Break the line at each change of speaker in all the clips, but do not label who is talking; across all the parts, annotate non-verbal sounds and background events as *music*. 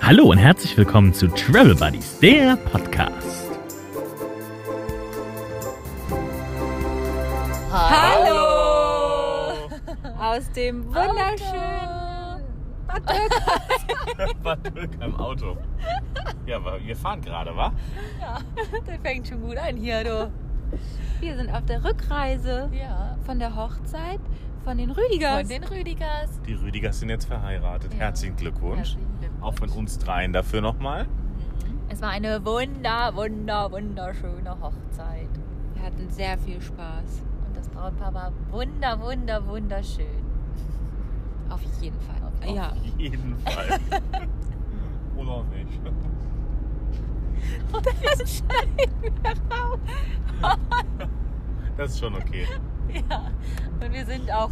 Hallo und herzlich willkommen zu Travel Buddies, der Podcast.
Hallo! Aus dem wunderschönen Bad Dürkheim.
Bad Dürkheim Auto. Ja, aber wir fahren gerade, wa?
Der fängt schon gut an hier, du. Wir sind auf der Rückreise
Ja,
von der Hochzeit von den Rüdigers.
von den Rüdigers.
Die Rüdigers sind jetzt verheiratet.
Ja.
Herzlichen Glückwunsch.
Herzlichen Glückwunsch.
Auch von
um.
uns dreien dafür nochmal.
Es war eine wunder, wunder, wunderschöne Hochzeit.
Wir hatten sehr viel Spaß.
Und das Brautpaar war wunder, wunder, wunderschön.
Auf jeden Fall.
Auf-
ja. *laughs*
*laughs*
Jedenfalls. Oder auch nicht.
Das schneiden wir raus.
Das ist schon okay.
Ja. Und wir sind auch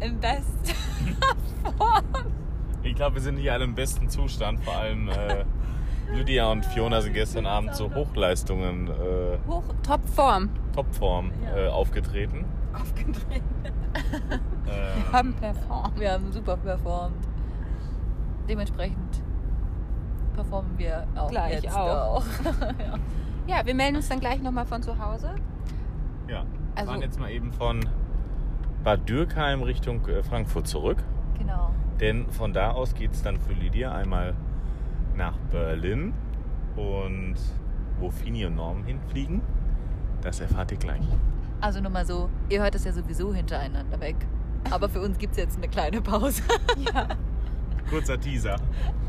im besten Form.
Ich glaube, wir sind hier alle im besten Zustand. Vor allem
*laughs*
äh, Lydia und Fiona sind gestern Abend zu Hochleistungen, äh,
Hoch, Topform.
Topform
Ja.
äh, aufgetreten.
Aufgedreht.
Ähm,
Haben performt.
Wir haben super performt. Dementsprechend performen wir auch
Gleich
jetzt
auch.
auch. *laughs* ja.
Ja, wir melden uns dann gleich nochmal von zu Hause.
ja. Wir
Also-
fahren jetzt mal eben von Bad Dürkheim Richtung äh, Frankfurt zurück.
Genau.
Denn von da aus geht es dann für Lydia einmal nach Berlin. Und wo Fini und Norm hinfliegen, das erfahrt ihr gleich.
Also nur mal so, ihr hört es ja sowieso hintereinander weg. Aber für uns gibt es jetzt eine kleine Pause.
Kurzer Teaser.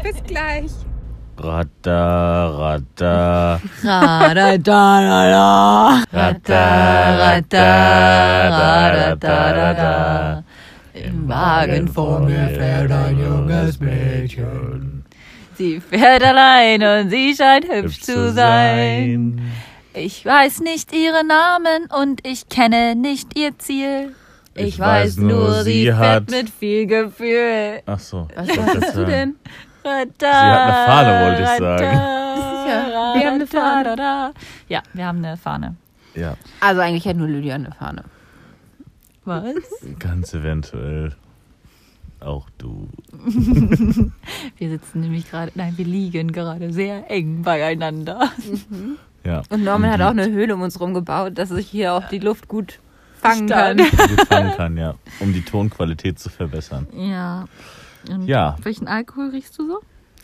Bis gleich.
Rada, rada,
Im Wagen vor mir
fährt ein junges
Mädchen.
Sie fährt allein und sie scheint hübsch zu sein. Ich weiß nicht ihren Namen und ich kenne nicht ihr Ziel. Ich, weiß nur, sie fährt mit viel Gefühl.
Ach so.
Was wolltest du denn?
Sie hat
eine Fahne, wollte ich sagen.
Ja, wir haben eine Fahne.
Ja, wir haben eine Fahne.
Ja,
Also eigentlich hätte nur Lydia eine Fahne.
Was?
ganz eventuell. Auch du.
Wir sitzen nämlich gerade, nein, wir liegen gerade sehr eng beieinander.
Ja.
Und Norman hat auch eine Höhle um uns rum gebaut, dass sich hier auch die Luft gut fangen
Stand.
kann.
gefangen kann, ja. Um die Tonqualität zu verbessern.
Ja. Und
Ja.
Welchen Alkohol riechst du so?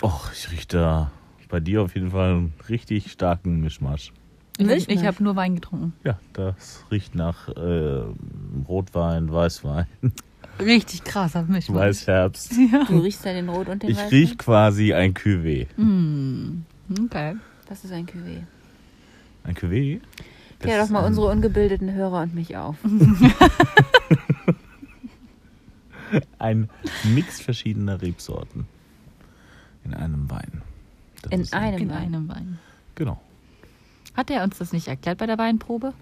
Och, ich rieche da bei dir auf jeden Fall einen richtig starken Mischmasch.
Ich,
Milchmädchen.
ich habe nur Wein getrunken.
Ja, das riecht nach äh, Rotwein,
*laughs*
Weißwein,
Richtig krasser Mischmasch.
Weißherbst.
Du riechst ja den Rot und den
Ich
Weißen.
riech quasi ein Cuvée.
Mhm.
Okay.
Das ist ein Cuvée.
Ein Cuvée? Das ähm,
Klär doch
ist
mal
ein-
unsere ungebildeten Hörer und mich auf.
Ein Mix verschiedener Rebsorten. In einem Wein. Das
In
ist ein-
einem
In
Wein.
einem Wein.
Genau.
Hat er uns das nicht erklärt bei der Weinprobe?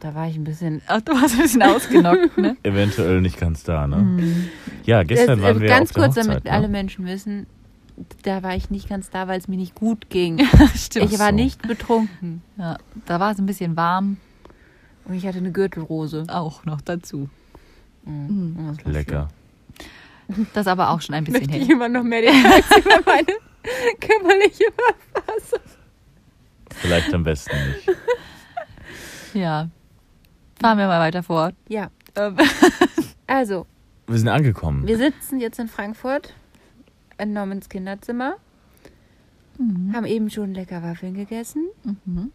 Da war ich ein bisschen.
Ach, du warst ein bisschen *laughs* ausgenockt, ne?
Eventuell nicht ganz da, ne? Ja, gestern
Äh,
waren wir
ganz
auf der
kurz,
Hochzeit,
damit
ne?
alle Menschen wissen, da war ich nicht ganz da, weil es mir nicht gut ging.
Stimmt.
Ich war
so.
nicht betrunken.
Ja, da war es ein bisschen warm
Und ich hatte eine Gürtelrose.
auch noch dazu.
Mhm. Das war
Mm. Lecker.
Das aber auch schon ein bisschen
Möchte
her.
jemand noch mehr Details *laughs* über meine körperliche Verfassung?
Vielleicht am besten nicht.
Ja. Fahren wir mal weiter vor.
Ja,
Ähm,
also,
Wir sind angekommen.
wir sitzen jetzt in Frankfurt in Normans Kinderzimmer,
Mhm.
haben eben schon lecker Waffeln gegessen
mhm.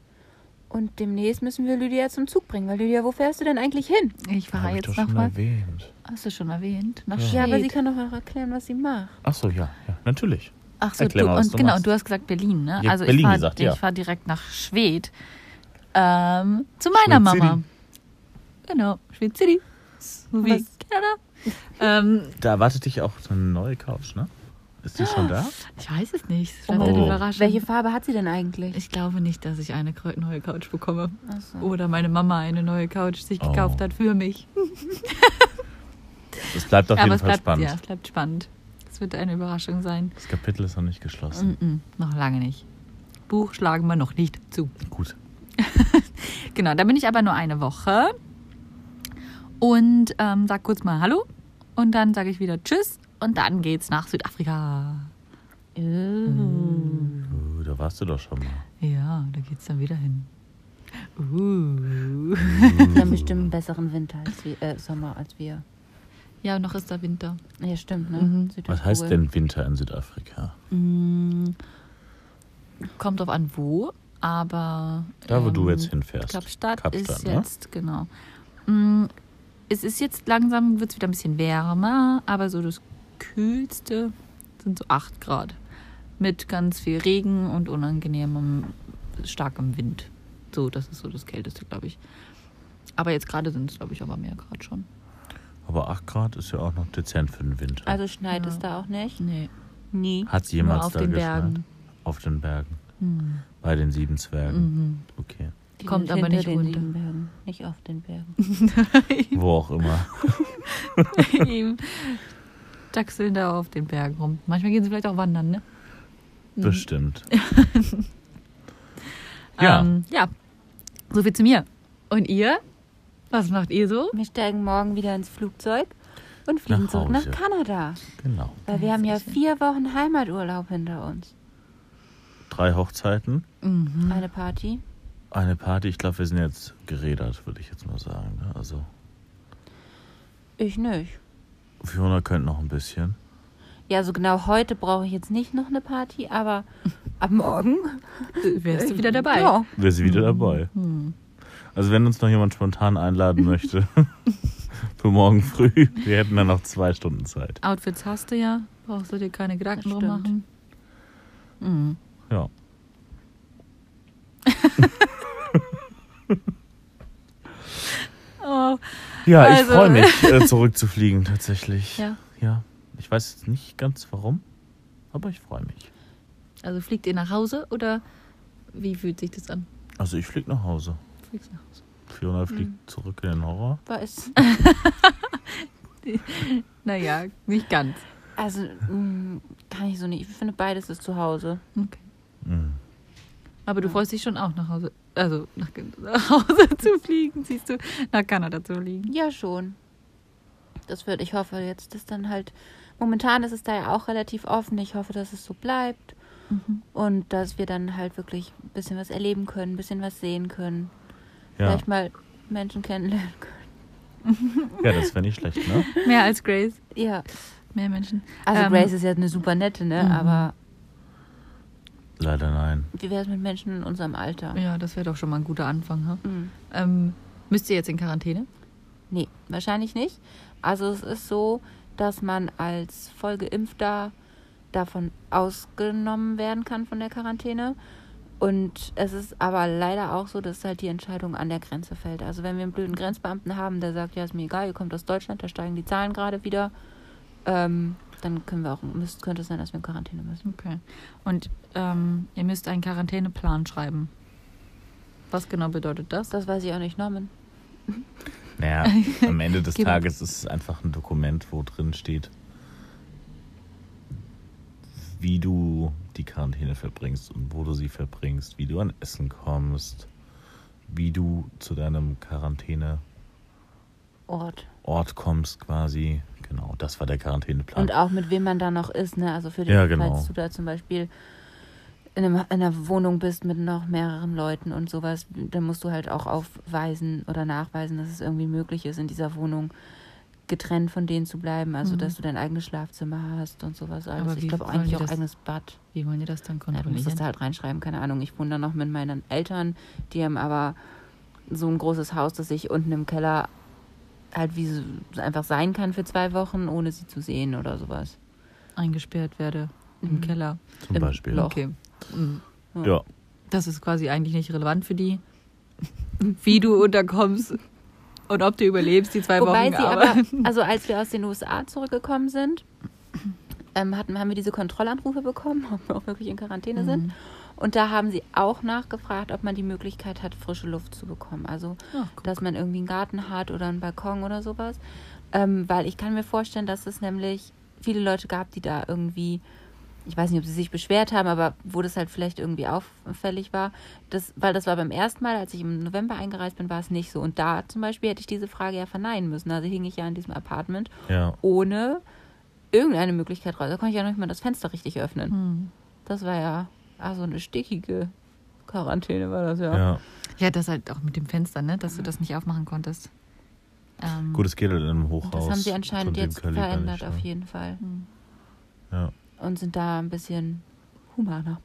und demnächst müssen wir Lydia zum Zug bringen. Weil Lydia, wo fährst du denn eigentlich hin?
Ich
Hab
fahre
ich
jetzt
doch schon
nochmal.
erwähnt.
Hast du schon erwähnt? Nach
Ja, aber
Schwedt.
sie kann doch noch erklären, was sie macht.
Ach so, ja, ja, natürlich.
Ach so,
Erklär
du,
mal, was
und,
du
genau,
machst.
du hast gesagt Berlin, ne?
Ich hab
also ich
Berlin
fahre
gesagt, ja.
ich fahr direkt nach Schwed. Ähm, zu meiner
Schwed City.
Mama. Genau, Schwed City. So wie
Was?
Kanada. ähm,
Da erwartet dich auch so eine neue Couch, ne? Ist die schon da?
ich weiß es nicht. Das
Oh.
bleibt eine Überraschung.
Welche Farbe hat sie denn eigentlich?
ich glaube nicht, dass ich eine kreu- neue Couch bekomme.
Ach so.
Oder meine Mama eine neue Couch sich
Oh.
gekauft hat für mich.
Das bleibt auf
aber
jeden
es
Fall
bleibt,
spannend.
Ja, es bleibt spannend. Es wird eine Überraschung sein.
Das Kapitel ist noch nicht geschlossen.
Mm-mm, noch lange nicht. Buch schlagen wir noch nicht zu.
Gut.
Genau, da bin ich aber nur eine Woche. Und ähm, sag kurz mal Hallo. Und dann sage ich wieder Tschüss. Und dann geht's nach Südafrika.
Äh.
Oh, da warst du doch schon mal.
Ja, da geht's dann wieder hin. Uh.
Die haben bestimmt einen besseren Winter als wir, äh, Sommer als wir.
Ja, noch ist da Winter.
Ja, stimmt, ne?
Mhm.
Was
Südostpol.
heißt denn Winter in Südafrika?
Mm, Kommt drauf an, wo, aber.
Da, wo du jetzt hinfährst.
Ähm, Ich glaube, Stadt ist
Kapstadt, ne?
jetzt, genau. Mm, Es ist jetzt langsam, wird es wieder ein bisschen wärmer, aber so das Kühlste sind so 8 Grad. Mit ganz viel Regen und unangenehmem, starkem Wind. So, das ist so das Kälteste, glaube ich. Aber jetzt gerade sind es, glaube ich, aber mehr Grad schon.
Aber 8 Grad ist ja auch noch dezent für den Winter.
Also schneit
Ja.
es da auch nicht?
Nee,
Nie.
Hat sie
nur
jemals
auf
da
den
geschneit?
Bergen.
Auf den Bergen.
Hm.
Bei den sieben Zwergen.
*laughs* Mhm.
Okay.
Die
Kommt
sind
aber
hinter
nicht
den
runter.
sieben Bergen. Nicht auf den Bergen.
Wo auch
*laughs*
immer.
Die Dachseln da auf den Bergen rum. Manchmal gehen sie vielleicht auch wandern, ne?
Bestimmt. ja,
Ähm, ja. So viel zu mir. Und ihr? Was macht ihr so?
Wir steigen morgen wieder ins Flugzeug und fliegen
Nach
zurück
Hause.
nach Kanada.
genau.
Weil wir haben ja vier Wochen Heimaturlaub hinter uns.
Drei Hochzeiten,
Eine Party.
eine Party. Ich glaube, wir sind jetzt gerädert, würde ich jetzt mal sagen. ne? Also,
Ich nicht.
Fiona könnte noch ein bisschen.
Ja, so genau heute brauche ich jetzt nicht noch eine Party, *laughs* aber ab morgen
Wärst du
*laughs*
wieder dabei?
Ja.
Wäre sie
Mhm.
wieder dabei. Also, wenn uns noch jemand spontan einladen möchte, *laughs* für morgen früh, wir hätten dann noch zwei Stunden Zeit.
Outfits hast du ja. Brauchst du dir keine Gedanken
Das
drum machen. Mhm.
Ja.
Oh,
Ja, ich
Also-
freue mich, äh, zurückzufliegen tatsächlich.
Ja.
ja. Ich weiß jetzt nicht ganz warum, aber ich freue mich.
also fliegt ihr nach Hause oder wie fühlt sich das an?
Also ich fliege nach Hause.
Fliegst nach Hause?
Fiona fliegt
Mhm.
zurück in den Horror.
war es.
Naja, nicht ganz.
Also mh, kann ich so nicht. Ich finde beides ist zu Hause.
Okay.
Mhm.
Aber du freust dich schon auch nach Hause, also nach, *laughs* nach Hause zu fliegen, siehst du, nach Kanada zu fliegen.
Ja, schon. Das wird, ich hoffe jetzt, dass dann halt. Momentan ist es da ja auch relativ offen. Ich hoffe, dass es so bleibt.
Mhm.
Und dass wir dann halt wirklich ein bisschen was erleben können, ein bisschen was sehen können.
Ja.
Vielleicht mal Menschen kennenlernen können.
ja, das wäre nicht schlecht, ne?
Mehr als Grace,
Ja.
mehr Menschen.
Also
Ähm,
Grace ist ja eine super nette, ne?
Mhm.
Aber
Leider nein.
wie wäre es mit Menschen in unserem Alter?
Ja, das wäre doch schon mal ein guter Anfang. Ha?
Mhm.
Ähm, müsst ihr jetzt in Quarantäne?
Nee, wahrscheinlich nicht. Also es ist so, dass man als Vollgeimpfter davon ausgenommen werden kann von der Quarantäne. Und es ist aber leider auch so, dass halt die Entscheidung an der Grenze fällt. Also wenn wir einen blöden Grenzbeamten haben, der sagt, ja, ist mir egal, ihr kommt aus Deutschland, da steigen die Zahlen gerade wieder, ähm, dann können wir auch, müsst, könnte es sein, dass wir in Quarantäne müssen.
Okay. Und ähm, ihr müsst einen Quarantäneplan schreiben. Was genau bedeutet das?
Das weiß ich auch nicht, Norman. *laughs*
Naja, am Ende des
Gib-
Tages ist es einfach ein Dokument, wo drin steht, wie du die Quarantäne verbringst und wo du sie verbringst, wie du an Essen kommst, wie du zu deinem Quarantäneort
Ort.
kommst quasi. Genau, das war der Quarantäneplan.
Und auch mit wem man da noch ist, ne? Also für den,
Ja,
Fall,
genau.
falls du da zum Beispiel in, einem, in einer Wohnung bist mit noch mehreren Leuten und sowas, dann musst du halt auch aufweisen oder nachweisen, dass es irgendwie möglich ist, in dieser Wohnung getrennt von denen zu bleiben. Also
Mhm.
dass du dein eigenes Schlafzimmer hast und sowas alles.
Aber wie
ich glaube
sollen die
eigentlich auch
das
eigenes Bad.
Wie wollen ihr das dann
Ja, du musst das
kontrollieren?
da halt reinschreiben, keine Ahnung. Ich wohne da noch mit meinen Eltern, die haben aber so ein großes Haus, dass ich unten im Keller halt wie so einfach sein kann für zwei Wochen, ohne sie zu sehen oder sowas.
Eingesperrt werde im Keller.
Zum
Im
Beispiel.
Loch. Okay. Mhm.
Ja,
Das ist quasi eigentlich nicht relevant für die, *laughs* wie du unterkommst und ob du überlebst die zwei Wochen.
Wobei sie aber, also als wir aus den USA zurückgekommen sind, ähm, hatten, haben wir diese Kontrollanrufe bekommen, *laughs* ob wir auch wirklich in Quarantäne
Mhm.
sind. Und da haben sie auch nachgefragt, ob man die Möglichkeit hat, frische Luft zu bekommen. Also,
Ach, guck.
dass man irgendwie einen Garten hat oder einen Balkon oder sowas. Ähm, weil ich kann mir vorstellen, dass es nämlich viele Leute gab, die da irgendwie, ich weiß nicht, ob sie sich beschwert haben, aber wo das halt vielleicht irgendwie auffällig war. Das, weil das war beim ersten Mal, als ich im November eingereist bin, war es nicht so. Und da zum Beispiel hätte ich diese Frage ja verneinen müssen. Also hing ich ja in diesem Apartment
ja.
ohne irgendeine Möglichkeit raus. Da konnte ich ja noch nicht mal das Fenster richtig öffnen.
Hm.
Das war ja ah, so eine stickige Quarantäne war das ja.
Ja.
*laughs* Ja, das halt auch mit dem Fenster, ne? Dass du das nicht aufmachen konntest. Ähm,
Gut, es geht halt in einem
Und
Hochhaus.
das haben sie
von
anscheinend
dem
jetzt
Kaliber
verändert
nicht,
auf
ne?
jeden Fall.
hm.
Ja.
Und sind da ein bisschen humaner.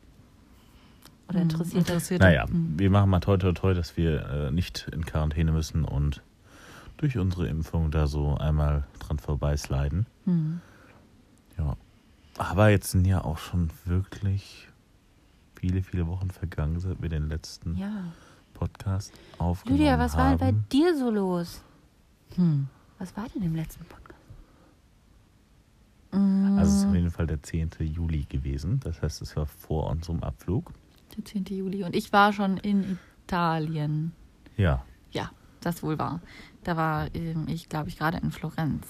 Oder
Hm,
interessiert
interessiert.
Naja,
Mhm.
Hm.
wir machen mal toi toi toi, dass wir äh, nicht in Quarantäne müssen und durch unsere Impfung da so einmal dran vorbeisliden.
Mhm.
Hm.
Ja. Aber jetzt sind ja auch schon wirklich viele, viele Wochen vergangen, seit wir den letzten
Ja.
Podcast aufgenommen
Lydia, was war
haben.
denn bei dir so los?
Hm.
Was war denn im letzten Podcast?
Also es ist
Mhm.
auf jeden Fall der 10. Juli gewesen. Das heißt, es war vor unserem Abflug.
Der 10. Juli. Und ich war schon in Italien.
Ja.
Ja, das wohl war. Da war ähm, ich, glaube ich, gerade in Florenz.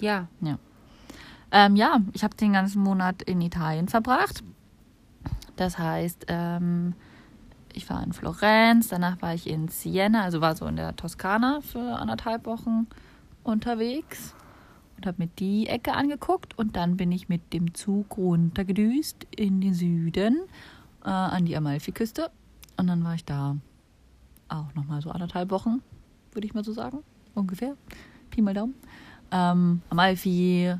Ja.
Ähm, ja, ich habe den ganzen Monat in Italien verbracht. Das heißt, ähm, ich war in Florenz, danach war ich in Siena, also war so in der Toskana für anderthalb Wochen unterwegs und habe mir die Ecke angeguckt und dann bin ich mit dem Zug runtergedüst in den Süden äh, an die Amalfiküste und dann war ich da auch nochmal so anderthalb Wochen, würde ich mal so sagen, ungefähr, Pi mal Daumen. Ähm, Amalfi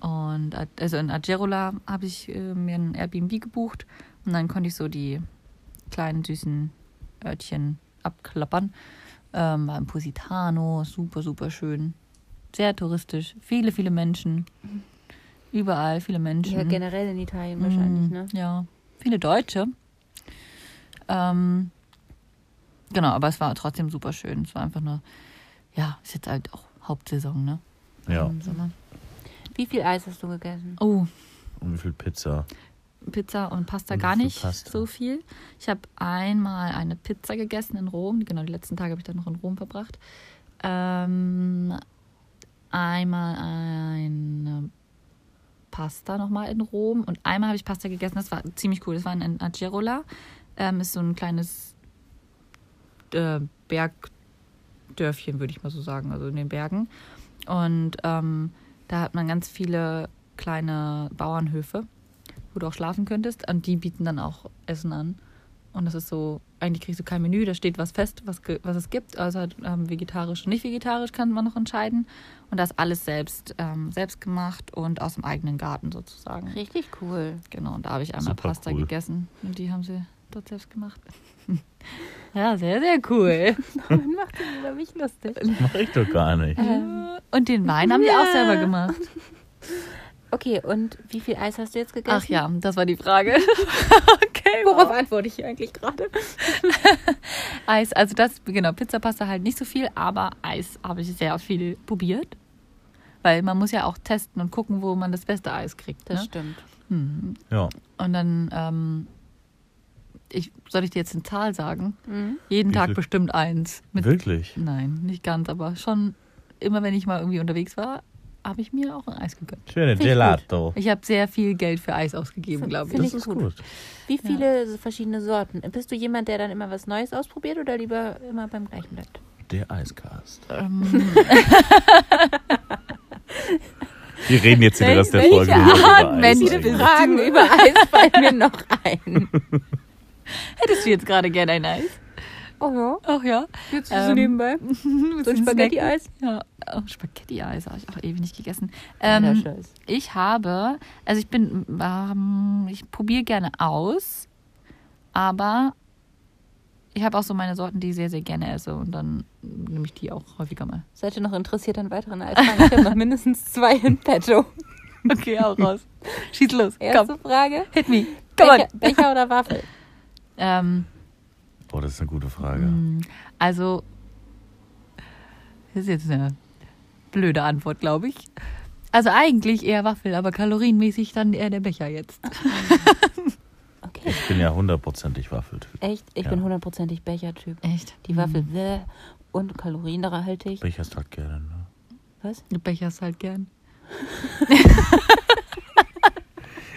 und Ad- also in Agerola habe ich äh, mir ein Airbnb gebucht und dann konnte ich so die kleinen süßen Örtchen abklappern. Ähm, war in Positano, super, super schön. Sehr touristisch, viele, viele Menschen. Überall viele Menschen.
ja, generell in Italien wahrscheinlich,
Mm,
ne?
Ja, viele Deutsche. Ähm, genau, aber es war trotzdem super schön. Es war einfach nur, ja, ist jetzt halt auch Hauptsaison, ne?
Ja.
Mhm.
Im Sommer.
Wie viel Eis hast du gegessen?
Oh,
Und wie viel Pizza?
Pizza und Pasta
Und
gar
wie viel
nicht
Pasta?
so viel. Ich habe einmal eine Pizza gegessen in Rom. Genau, die letzten Tage habe ich dann noch in Rom verbracht. Ähm, einmal eine Pasta nochmal in Rom und einmal habe ich Pasta gegessen. Das war ziemlich cool. Das war in Agerola. Ähm, ist so ein kleines äh, Bergdörfchen, würde ich mal so sagen, also in den Bergen. Und ähm, da hat man ganz viele kleine Bauernhöfe wo du auch schlafen könntest. Und die bieten dann auch Essen an. Und das ist so, eigentlich kriegst du kein Menü, da steht was fest, was, ge- was es gibt. Also halt, ähm, vegetarisch und nicht vegetarisch kann man noch entscheiden. Und das alles selbst, ähm, selbst gemacht und aus dem eigenen Garten sozusagen.
Richtig cool.
Genau, und da habe ich einmal
Super
Pasta
cool.
gegessen. Und die haben sie dort selbst gemacht. ja, sehr, sehr
*laughs*
cool.
Man macht das über mich lustig.
Mach ich doch gar
*laughs*
nicht.
und den Wein haben die auch selber gemacht.
Okay, und wie viel Eis hast du jetzt gegessen?
Ach ja, das war die Frage. *laughs* okay.
Worauf antworte ich hier eigentlich gerade?
Eis, also das, genau, Pizza, Pasta halt nicht so viel, aber Eis habe ich sehr viel probiert. Weil man muss ja auch testen und gucken, wo man das beste Eis kriegt.
Das
Ne?
stimmt.
Mhm.
Ja.
Und dann, ähm, ich, soll ich dir jetzt eine Zahl sagen?
Mhm.
Jeden
Wie
Tag
viel?
bestimmt eins. Mit,
Wirklich?
nein, nicht ganz, aber schon immer, wenn ich mal irgendwie unterwegs war, habe ich mir auch ein Eis gegönnt.
Schöne
Finde ich
Gelato.
gut. Ich habe sehr viel Geld für Eis ausgegeben, glaube ich.
Oh.
Finde
Das
ich
ist
gut.
gut.
Wie viele verschiedene Sorten? Bist du jemand, der dann immer was Neues ausprobiert oder lieber immer beim gleichen bleibt?
Der Eiscast.
Ähm, *laughs*
Wir reden jetzt den
Wel-
Rest der
welche
Folge nur
Art
über Eis
Mensch
eigentlich.
bist
Fragen *laughs* über Eis fallen mir noch ein.
hättest du jetzt gerade gerne ein Eis?
Oh ja,
Ach ja.
jetzt
so *laughs* nebenbei.
So Ähm, ein Spaghetti-Eis?
Ja, oh, Spaghetti-Eis habe ich auch ewig nicht gegessen.
Kleiner
Ähm,
Scheiß.
ich habe, also ich bin, ähm, ich probiere gerne aus, aber ich habe auch so meine Sorten, die ich sehr, sehr gerne esse und dann nehme ich die auch häufiger mal.
Seid ihr noch interessiert an weiteren Eisfragen? *laughs* Ich habe noch mindestens zwei in petto.
Okay, auch *laughs* raus. Schieß los, komm,
Erste Frage.
hit me, come on.
Becher, Becher oder Waffel?
Ähm,
Boah, Oh, das ist eine gute Frage.
mh, also, das ist jetzt eine blöde Antwort, glaube ich. Also eigentlich eher Waffel, aber kalorienmäßig dann eher der Becher jetzt.
*laughs* Okay.
Ich bin ja hundertprozentig Waffeltyp.
Echt? Ich
Ja.
bin hundertprozentig Bechertyp.
Echt?
Die Waffel bäh, und kalorienreichhaltig.
Becher ist halt gerne, ne?
Was?
Du becherst halt gern.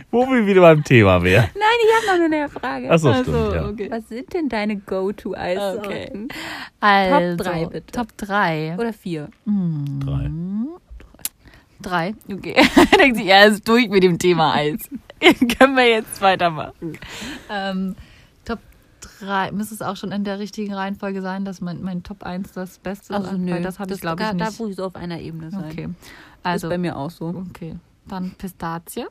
Wo wir wieder beim Thema wären.
Nein, ich habe noch eine Frage.
Achso, stimmt, ja.
okay.
Was sind denn deine Go-To-Eissorten?
Also,
drei bitte.
Top 3.
Oder vier?
Drei.
Drei. Okay. *laughs* Denkt sich, ja, ist durch mit dem Thema *laughs* Eis. Können wir jetzt weitermachen. Ähm, Top 3. Müsste es auch schon in der richtigen Reihenfolge sein, dass mein, mein Top 1 das Beste
Also
war?
nö,
Weil das habe ich, glaube
da,
ich,
da
nicht.
muss ich so auf einer Ebene sein.
Okay.
Also,
Also,
ist bei mir auch so.
okay. Dann Pistazie,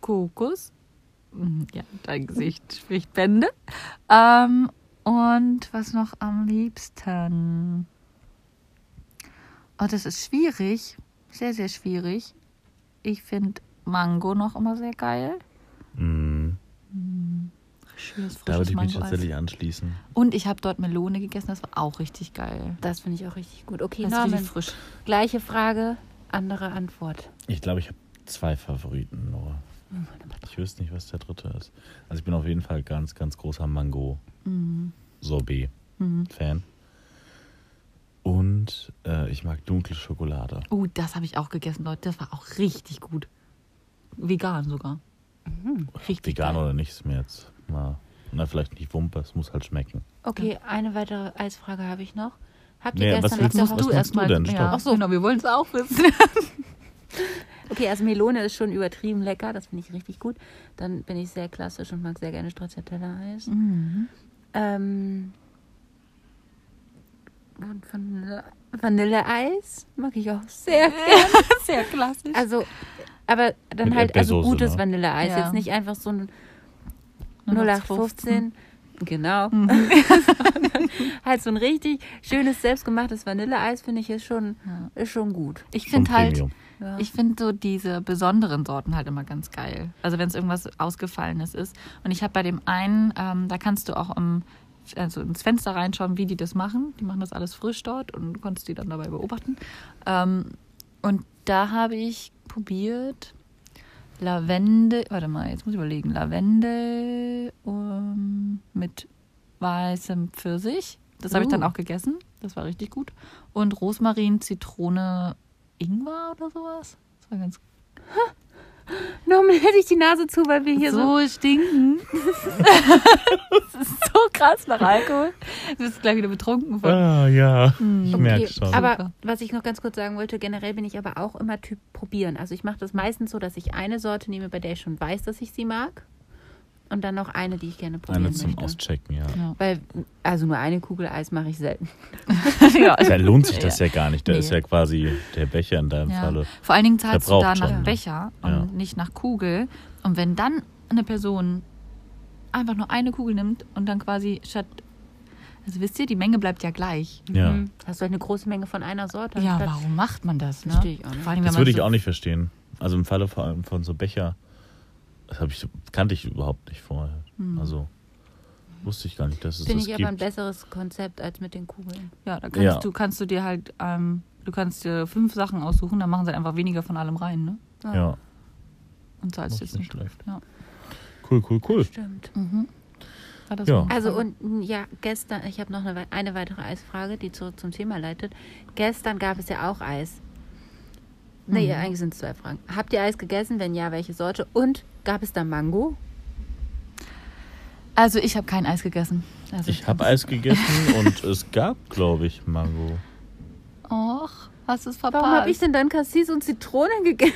Kokos. Mhm, Ja, dein Gesicht spricht Bände. Ähm, und was noch am liebsten? Oh, das ist schwierig. Sehr, sehr schwierig. Ich finde Mango noch immer sehr geil.
Mm,
Schönes,
da
frisches
würde ich mich
Mango
tatsächlich anschließen.
Und ich habe dort Melone gegessen, das war auch richtig geil.
Das finde ich auch richtig gut. Okay,
Das ist richtig
Norman,
frisch.
gleiche Frage, andere Antwort.
Ich glaube, ich habe zwei Favoriten nur. Ich wüsste nicht, was der dritte ist. Also ich bin auf jeden Fall ganz, ganz großer Mango-Sorbet-Fan. Und äh, ich mag dunkle Schokolade.
Oh, das habe ich auch gegessen, Leute. Das war auch richtig gut. Vegan sogar. Mhm. Richtig
Vegan
geil.
oder nicht, ist mir jetzt mal... Na, vielleicht nicht Wumpe, es muss halt schmecken.
Okay, eine weitere Eisfrage habe ich noch. Habt ihr
Nee, was
gestern
willst
habt ihr
du-
auch-
was- nimmst denn?
Ja.
Stopp.
Ach so, genau, wir wollen es auch *laughs* wissen.
Okay, also Melone ist schon übertrieben lecker, das finde ich richtig gut. Dann bin ich sehr klassisch und mag sehr gerne Stracciatella-Eis. Ähm, und Vanille- Vanilleeis mag ich auch sehr.
Sehr klassisch.
Also, aber dann
Mit
halt also
Erdbeersoße,
gutes
ne?
Vanilleeis,
Ja.
jetzt nicht einfach so ein
0815.
0815. Genau. *laughs* halt so ein richtig schönes selbstgemachtes Vanilleeis finde ich ist schon ist schon gut.
Ich
Vom
finde halt,
Premium.
Ja.
ich finde so diese besonderen Sorten halt immer ganz geil. Also wenn es irgendwas Ausgefallenes ist. Und ich habe bei dem einen, ähm, da kannst du auch im, also ins Fenster reinschauen, wie die das machen. Die machen das alles frisch dort und konntest die dann dabei beobachten. Ähm, und da habe ich probiert Lavendel, warte mal, jetzt muss ich überlegen, Lavendel ähm, mit weißem Pfirsich. Das habe ich dann
Uh.
auch gegessen. Das war richtig gut. Und Rosmarin, Zitrone, Ingwer oder sowas. Das war ganz
Norman hätte ich die Nase zu, weil wir hier so,
so stinken. *laughs* das ist so krass nach Alkohol. Du bist gleich wieder betrunken von.
Ah, ja, ich merke
Okay,
schon.
Aber
Super.
was ich noch ganz kurz sagen wollte, generell bin ich aber auch immer Typ probieren. Also ich mache das meistens so, dass ich eine Sorte nehme, bei der ich schon weiß, dass ich sie mag. Und dann noch eine, die ich gerne probieren
Eine zum
möchte.
Auschecken, ja.
Ja.
Weil, also nur eine Kugel Eis mache ich selten.
*laughs* ja.
Da Also, lohnt sich das ja, gar nicht. Da
Nee.
ist ja quasi der Becher in deinem
Ja.
Falle.
Vor allen Dingen zahlst du da
Verbraucht
nach
schon.
Becher und
Ja.
nicht nach Kugel. Und wenn dann eine Person einfach nur eine Kugel nimmt und dann quasi statt. Also wisst ihr, die Menge bleibt ja gleich.
Ja.
Mhm. Hast du halt eine große Menge von einer Sorte.
Ja,
anstatt-
warum macht man das? Ne?
Verstehe ich auch nicht.
Vor allen Dingen,
Das
wenn man
würde ich
so-
auch nicht verstehen. Also im Falle vor allem von so Becher, das hab ich, kannte ich überhaupt nicht vorher. Also wusste ich gar nicht, dass Also es
Finde
das
ich aber ein
gibt.
besseres Konzept als mit den Kugeln.
Ja, da kannst
Ja.
du kannst du dir halt ähm, du kannst dir fünf Sachen aussuchen, dann machen sie einfach weniger von allem rein, ne?
ja,
Und zahlst
das
jetzt
ist
nicht.
nicht schlecht.
Ja.
Cool, cool, cool.
Stimmt.
War das
Ja.
mal-
Also und m, ja, gestern, ich habe noch eine, wei- eine weitere Eisfrage, die zurück zum Thema leitet. Gestern gab es ja auch Eis. Nee,
Mhm.
ja, eigentlich sind es zwei Fragen. Habt ihr Eis gegessen? Wenn ja, welche Sorte? Und gab es da Mango?
Also ich habe kein Eis gegessen. Also
Ich habe Eis gegessen und es gab, glaube ich, Mango.
Och, hast du es verpasst?
Warum habe ich denn dann Cassis und Zitrone gegessen?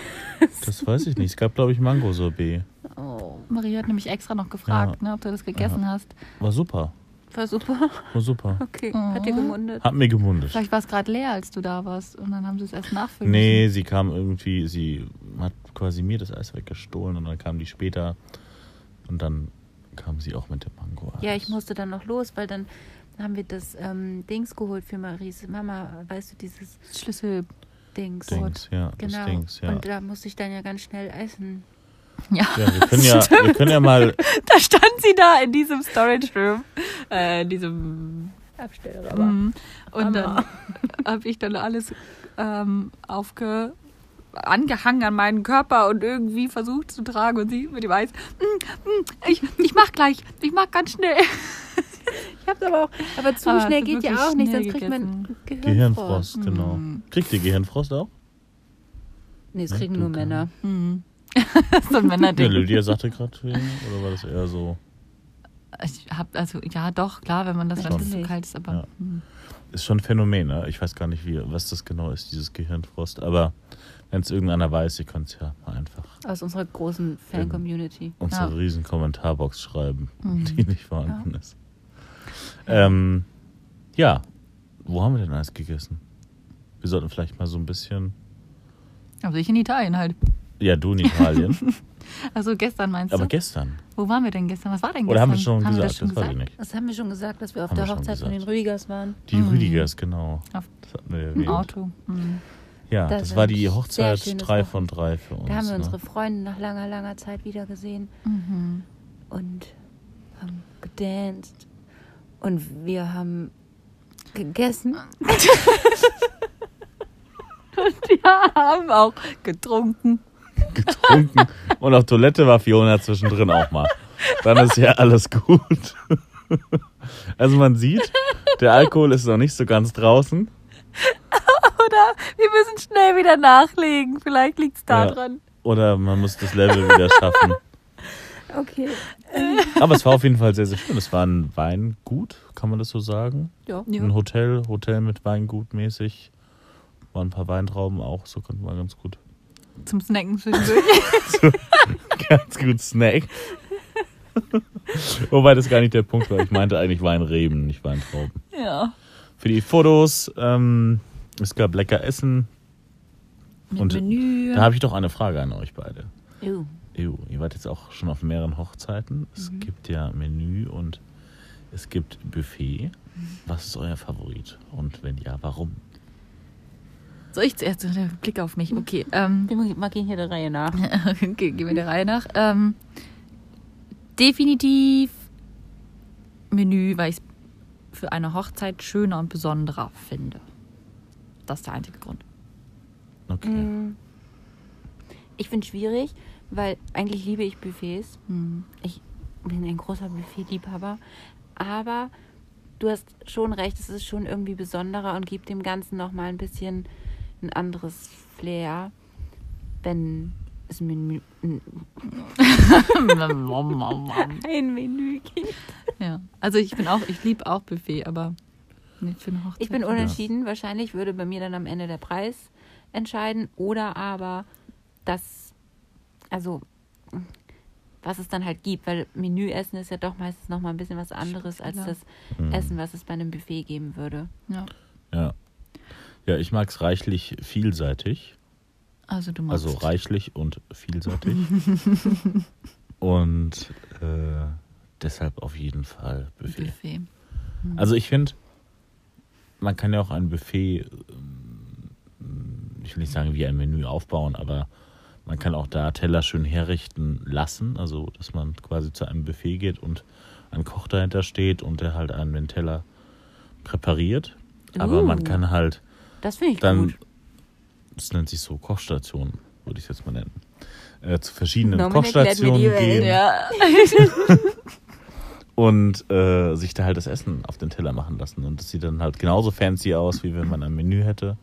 Das weiß ich nicht. Es gab, glaube ich, Mango-Sorbet.
Oh,
Maria hat nämlich extra noch gefragt, ne, ob du das gegessen hast.
War super.
war super. *laughs*
War super.
Okay,
Oh.
hat ihr
Mhm.
gemundet.
Hat mir gemundet.
Vielleicht war es gerade leer, als du da warst und dann haben sie es erst nachfüllen
Nee, sie kam irgendwie, sie hat quasi mir das Eis weggestohlen und dann kam die später und dann kam sie auch mit dem Mango.
Ja, ich musste dann noch los, weil dann haben wir das ähm, Dings geholt für Maries Mama. Weißt du, dieses
müssen. Schlüssel.
Dings.
Dings, ja,
Genau.
das Dings, ja.
Und da musste ich dann ja ganz schnell essen.
Ja.
Ja, wir können
*laughs*
ja, wir können ja mal,
Da stand sie da in diesem Storage Room, äh, in diesem
Abstellraum.
Mhm. Und dann *laughs* habe ich dann alles ähm, aufge angehangen an meinen Körper und irgendwie versucht zu tragen und sie mit dem Eis, "Mm, mm, ich, ich mach gleich, ich mach ganz schnell.
Ich hab's aber auch. Aber Ah, zu
Aber
schnell
hast du
geht ja
wirklich
auch nicht,
schnell
sonst kriegt man Gehirnfrost.
Gehirnfrost, genau.
Mhm.
Kriegt ihr Gehirnfrost
*laughs*
auch?
Nee, das
Ja,
kriegen
du
nur
kann-
Männer.
Mhm. *laughs* so ein
Ja,
Männerding.
Lydia sagte gerade, oder war das eher so?
Ich hab, also ja, doch, klar, wenn man das, wenn es zu
Natürlich.
kalt ist, aber
Ja.
hm.
Ist schon ein Phänomen, ne? Ich weiß gar nicht, wie, was das genau ist, dieses Gehirnfrost. Aber wenn es irgendeiner weiß, ihr könnt es ja mal einfach
Aus unserer großen Fan-Community.
unsere
Ja.
riesen Kommentarbox schreiben,
Mhm.
die nicht vorhanden ist. Ähm, ja, wo haben wir denn Eis gegessen? Wir sollten vielleicht mal so ein bisschen.
Also ich in Italien halt.
Ja,
*laughs*
du in Italien.
Also gestern meinst
aber
du?
gestern.
Wo waren wir denn gestern? Was war denn gestern?
Oder haben wir schon
Haben
gesagt?
wir
das weiß ich nicht.
Das haben wir schon gesagt, Mhm. dass wir auf
Haben wir
der
schon
Hochzeit von den
gesagt.
Rüdigers waren.
Die Rüdigers, genau.
Auf
Das hatten wir
dem
erwähnt.
Auto. Hm. *laughs*
Ja,
Das
das,
war
war
ein
die
sehr
Hochzeit
schönes
3 von 3 für uns.
Da haben wir
ne?
unsere Freunde nach langer, langer Zeit wiedergesehen
Mhm.
und haben gedanced. Und wir haben gegessen.
Wir haben auch getrunken.
getrunken und auf Toilette war Fiona zwischendrin auch mal. Dann ist ja alles gut. *laughs* Also man sieht, der Alkohol ist noch nicht so ganz draußen.
Oder wir müssen schnell wieder nachlegen. Vielleicht liegt es
Ja. Oder man muss das Level wieder schaffen.
Okay.
Aber es war auf jeden Fall sehr, sehr schön. Es war ein Weingut, kann man das so sagen?
Ja.
Ja.
Ein Hotel, Hotel mit Weingut mäßig. Waren ein paar Weintrauben auch, so konnten wir ganz gut, *laughs*
Zum Snacken zwischendurch. *laughs*
ganz gut snacken. Wobei das gar nicht der Punkt war. Ich meinte eigentlich Weinreben, nicht Weintrauben.
ja.
für die Fotos. Ähm, es gab lecker Essen.
Mit
Und
Menü.
Da habe ich doch eine Frage an euch beide.
Ew.
Ew, ihr wart jetzt auch schon auf mehreren Hochzeiten. Es gibt ja Menü und es gibt Buffet. Was ist euer Favorit? Und wenn ja, warum?
Soll ich zuerst? Der Blick auf mich. Okay. Ähm, *laughs*
Wir markieren hier der Reihe nach.
okay, gehen wir der Reihe nach. Ähm, definitiv Menü, weil ich es für eine Hochzeit schöner und besonderer finde. Das ist der einzige Grund.
Okay.
Mm. Ich finde es schwierig, weil eigentlich liebe ich Buffets.
Hm.
Ich bin ein großer Buffet-Liebhaber. Aber du hast schon recht, es ist schon irgendwie besonderer und gibt dem Ganzen nochmal ein bisschen ein anderes Flair, wenn es ein Menü, ein- ein Menü gibt.
ja. Also ich bin auch, ich liebe auch Buffet, aber nee, für eine Hochzeit.
Ich bin unentschieden. Wahrscheinlich würde bei mir dann am Ende der Preis entscheiden. Oder aber das, also was es dann halt gibt, weil Menüessen ist ja doch meistens nochmal ein bisschen was anderes als
Klar.
das Essen, was es bei einem Buffet geben würde.
Ja.
Mhm. Ja. Ja, ich mag es reichlich vielseitig.
Also du machst.
Also reichlich und vielseitig. und äh, deshalb auf jeden Fall Buffet.
Buffet.
Also ich finde, man kann ja auch ein Buffet, ähm, ich will nicht sagen wie ein Menü aufbauen, aber man kann auch da Teller schön herrichten lassen, also dass man quasi zu einem Buffet geht und ein Koch dahinter steht und der halt einen den Teller präpariert. Aber
Uh.
man kann halt
Das finde ich
dann,
gut.
das nennt sich so Kochstation, würde ich es jetzt mal nennen, äh, zu verschiedenen
Dominik
Kochstationen
lernt mit ihr
gehen
Ja.
und äh, sich da halt das Essen auf den Teller machen lassen. Und das sieht dann halt genauso fancy aus, wie wenn man ein Menü hätte.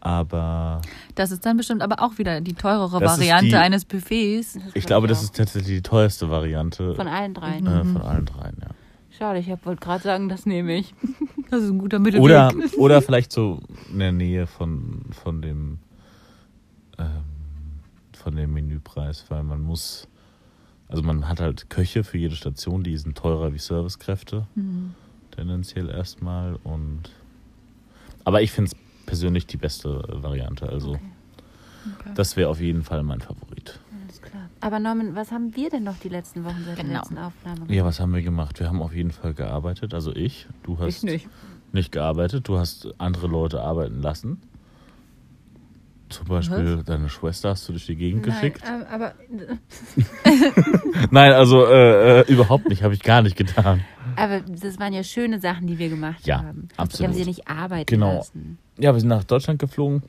Aber
Das ist dann bestimmt aber auch wieder die teurere
Das ist
Variante
die-
eines Buffets.
Das
*laughs* ich glaube, das
auch.
ist tatsächlich die teuerste Variante
Von allen dreien.
äh, von allen dreien, ja.
Schade, ich hab- wollte gerade sagen, das nehme ich.
Das ist ein guter Mittelweg.
Oder,
*laughs*
oder vielleicht so in der Nähe von, von dem ähm, von dem Menüpreis, weil man muss, also man hat halt Köche für jede Station, die sind teurer wie Servicekräfte,
Mhm.
tendenziell erstmal und aber ich finde es persönlich die beste äh, Variante, also
Okay.
das wäre auf jeden Fall mein Favorit.
Alles klar. Aber Norman, was haben wir denn noch die letzten Wochen seit der
Genau.
letzten Aufnahme?
Ja, was haben wir gemacht? Wir haben auf jeden Fall gearbeitet, also ich, du hast nicht gearbeitet, du hast andere Leute arbeiten lassen. Zum Beispiel deine Schwester hast du durch die Gegend geschickt.
Nein, ähm, aber,
Nein, also äh, äh, überhaupt nicht, habe ich gar nicht getan.
aber das waren ja schöne Sachen, die wir gemacht
Ja,
haben. Wir
absolut.
haben sie nicht arbeiten
Genau.
lassen.
Ja, wir sind nach Deutschland geflogen.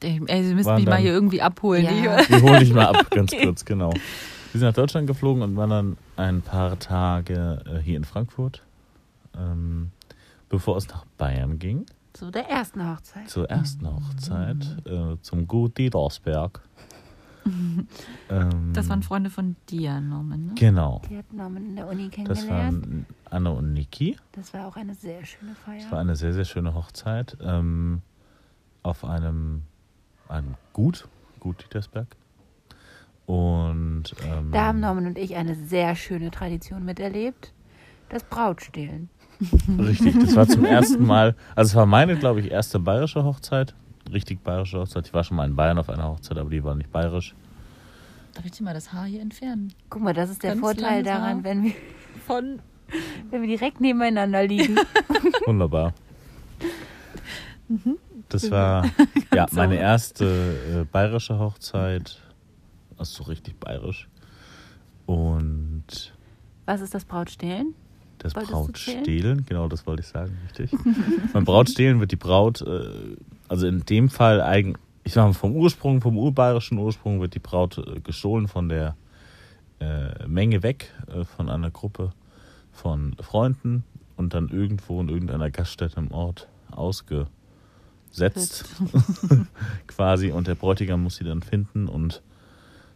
Ey, ey, Sie müssen
Waren
mich mal
dann-
hier irgendwie abholen.
Ja.
Ich-
Wir holen dich mal ab, *laughs* ganz kurz, genau. Wir sind nach Deutschland geflogen und waren dann ein paar Tage äh, hier in Frankfurt, ähm, bevor es nach Bayern ging.
Zu der ersten Hochzeit.
Zur ersten Hochzeit, äh, zum Gut Dietersberg. ähm,
Das waren Freunde von dir, Norman, ne?
Genau.
Die hat Norman in der Uni
Das
kennengelernt.
waren Anne und Niki.
Das war, auch eine sehr schöne
Es war
Feier.
eine sehr, sehr schöne Hochzeit ähm, auf einem, einem Gut, Gut Dietersberg. Und ähm,
Da haben Norman und ich eine sehr schöne Tradition miterlebt. Das Brautstehlen.
Richtig, das war zum ersten Mal, also es war meine, glaube ich, erste bayerische Hochzeit. Richtig bayerische Hochzeit. Ich war schon mal in Bayern auf einer Hochzeit, aber die war nicht bayerisch.
Darf ich dir mal das Haar hier entfernen?
Guck mal, das ist der
Ganz
Vorteil
langes
daran,
Haar.
wenn wir,
Von
wenn wir direkt nebeneinander liegen.
Wunderbar.
Mhm.
Das
*laughs*
war ja meine erste äh, bayerische Hochzeit. Also so richtig bayerisch. Und
Was ist das Brautstehlen?
das
Wolltest du
Brautstehlen, genau das wollte ich sagen, richtig. *laughs* Beim Brautstehlen wird die Braut, äh, also in dem Fall eigen, ich sag mal, vom Ursprung, vom urbayerischen Ursprung wird die Braut äh, gestohlen von der äh, Menge weg, äh, von einer Gruppe von Freunden und dann irgendwo in irgendeiner Gaststätte im Ort ausgesetzt, *laughs* quasi. Und der Bräutigam muss sie dann finden und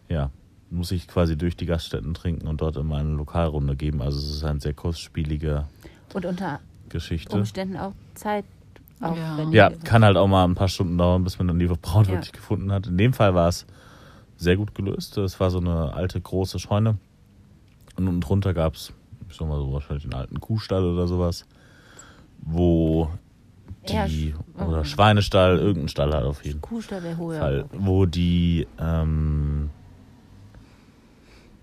ja, muss sich quasi durch die Gaststätten trinken und dort immer eine Lokalrunde geben. Also es ist ein sehr kostspieliger
Und unter
Geschichte.
Umständen auch Zeit. Aufwendig.
Ja, kann halt auch mal ein paar Stunden dauern, bis man dann die Braut
Ja.
wirklich gefunden hat. In dem Fall war es sehr gut gelöst. Es war so eine alte, große Scheune. Und unten drunter gab es, ich sag mal so, wahrscheinlich einen alten Kuhstall oder sowas, wo
Ja,
die,
Sch-
oder
mhm.
Schweinestall, irgendein Stall halt auf jeden
Kuhstall wäre hoher.
Fall, wo die, ähm,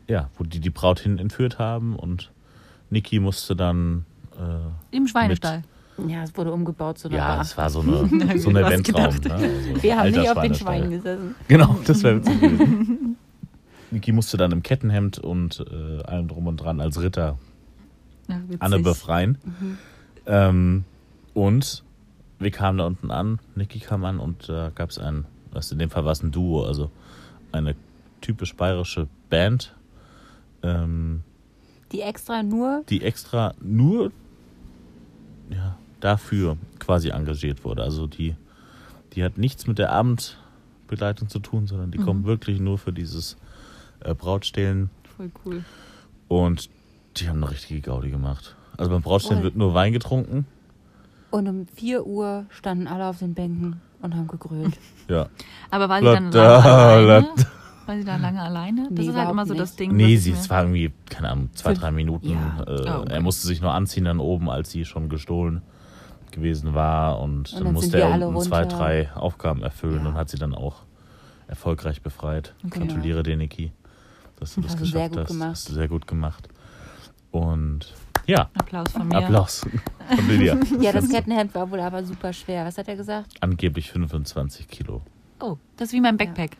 ja, wo die die Braut hin entführt haben und Niki musste dann, äh,
im Schweinestall.
Ja, es wurde umgebaut zu einer
ja,
Bar.
es war so
*laughs*
eine, so ein
was
Eventraum.
gedacht.
Ne? Also
Wir haben
alter
nicht auf den
Schweinestall.
Schweinen gesessen.
Genau, das wäre
*laughs*
witzig gewesen. Niki musste dann im Kettenhemd und äh, allem drum und dran als Ritter
Ja, witzig.
Anne befreien. Ähm, und wir kamen da unten an, Niki kam an und da gab es ein, was in dem Fall war es ein Duo, also eine typisch bayerische Band, ähm,
Die extra nur
die extra nur ja, dafür quasi engagiert wurde. Also die, die hat nichts mit der Abendbegleitung zu tun, sondern die kommt wirklich nur für dieses äh, Brautstehlen
Voll cool.
und die haben eine richtige Gaudi gemacht. Also beim Brautstehlen
Voll.
wird nur Wein getrunken.
und um 4 Uhr standen alle auf den Bänken und haben gegrölt.
Ja.
Aber war sie
Bla-
dann
da-
lange alleine?
la-
War sie da lange alleine? Das
Nee,
ist halt immer so
überhaupt
das
nicht.
Ding.
Nee,
dass
sie,
wir-
es war irgendwie, keine Ahnung, zwei, drei Minuten.
Ja. Oh,
Äh,
Ah, okay.
Er musste sich nur anziehen dann oben, als sie schon gestohlen gewesen war. Und, dann,
Und dann sind
musste
wir
er
alle
unten zwei,
runter.
drei Aufgaben erfüllen
Ja.
und hat sie dann auch erfolgreich befreit.
Okay.
Gratuliere dir, Niki, dass du das
Hast du sehr
geschafft
gut
hast.
gemacht.
Hast du sehr gut gemacht. Und ja,
Applaus von mir.
*laughs*
Applaus von Lydia.
Ja, das Kettenhemd war wohl aber super schwer. Was hat er gesagt?
Angeblich 25 Kilo.
Oh, das ist wie mein Backpack.